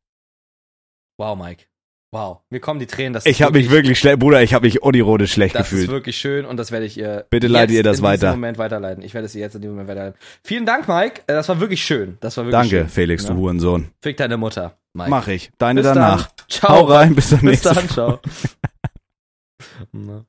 [SPEAKER 2] Wow, Mike. Wow. Mir kommen die Tränen. Das
[SPEAKER 1] Ich
[SPEAKER 2] ist
[SPEAKER 1] habe mich wirklich schlecht, Bruder, ich habe mich unironisch schlecht
[SPEAKER 2] Das ist
[SPEAKER 1] gefühlt.
[SPEAKER 2] wirklich schön und das werde ich ihr
[SPEAKER 1] Bitte leitet
[SPEAKER 2] jetzt
[SPEAKER 1] ihr das
[SPEAKER 2] in
[SPEAKER 1] weiter.
[SPEAKER 2] Diesem Moment weiterleiten. Ich werde es ihr jetzt in diesem Moment weiterleiten. Vielen Dank, Mike. Äh, Das war wirklich schön. Das war wirklich
[SPEAKER 1] Danke,
[SPEAKER 2] schön.
[SPEAKER 1] Felix,
[SPEAKER 2] Ja.
[SPEAKER 1] du Hurensohn.
[SPEAKER 2] Fick deine Mutter, Mike.
[SPEAKER 1] Mach ich. Deine
[SPEAKER 2] Bis
[SPEAKER 1] danach.
[SPEAKER 2] Dann. Ciao.
[SPEAKER 1] Hau rein, bis zum
[SPEAKER 2] Bis
[SPEAKER 1] nächsten
[SPEAKER 2] dann, ciao. Na.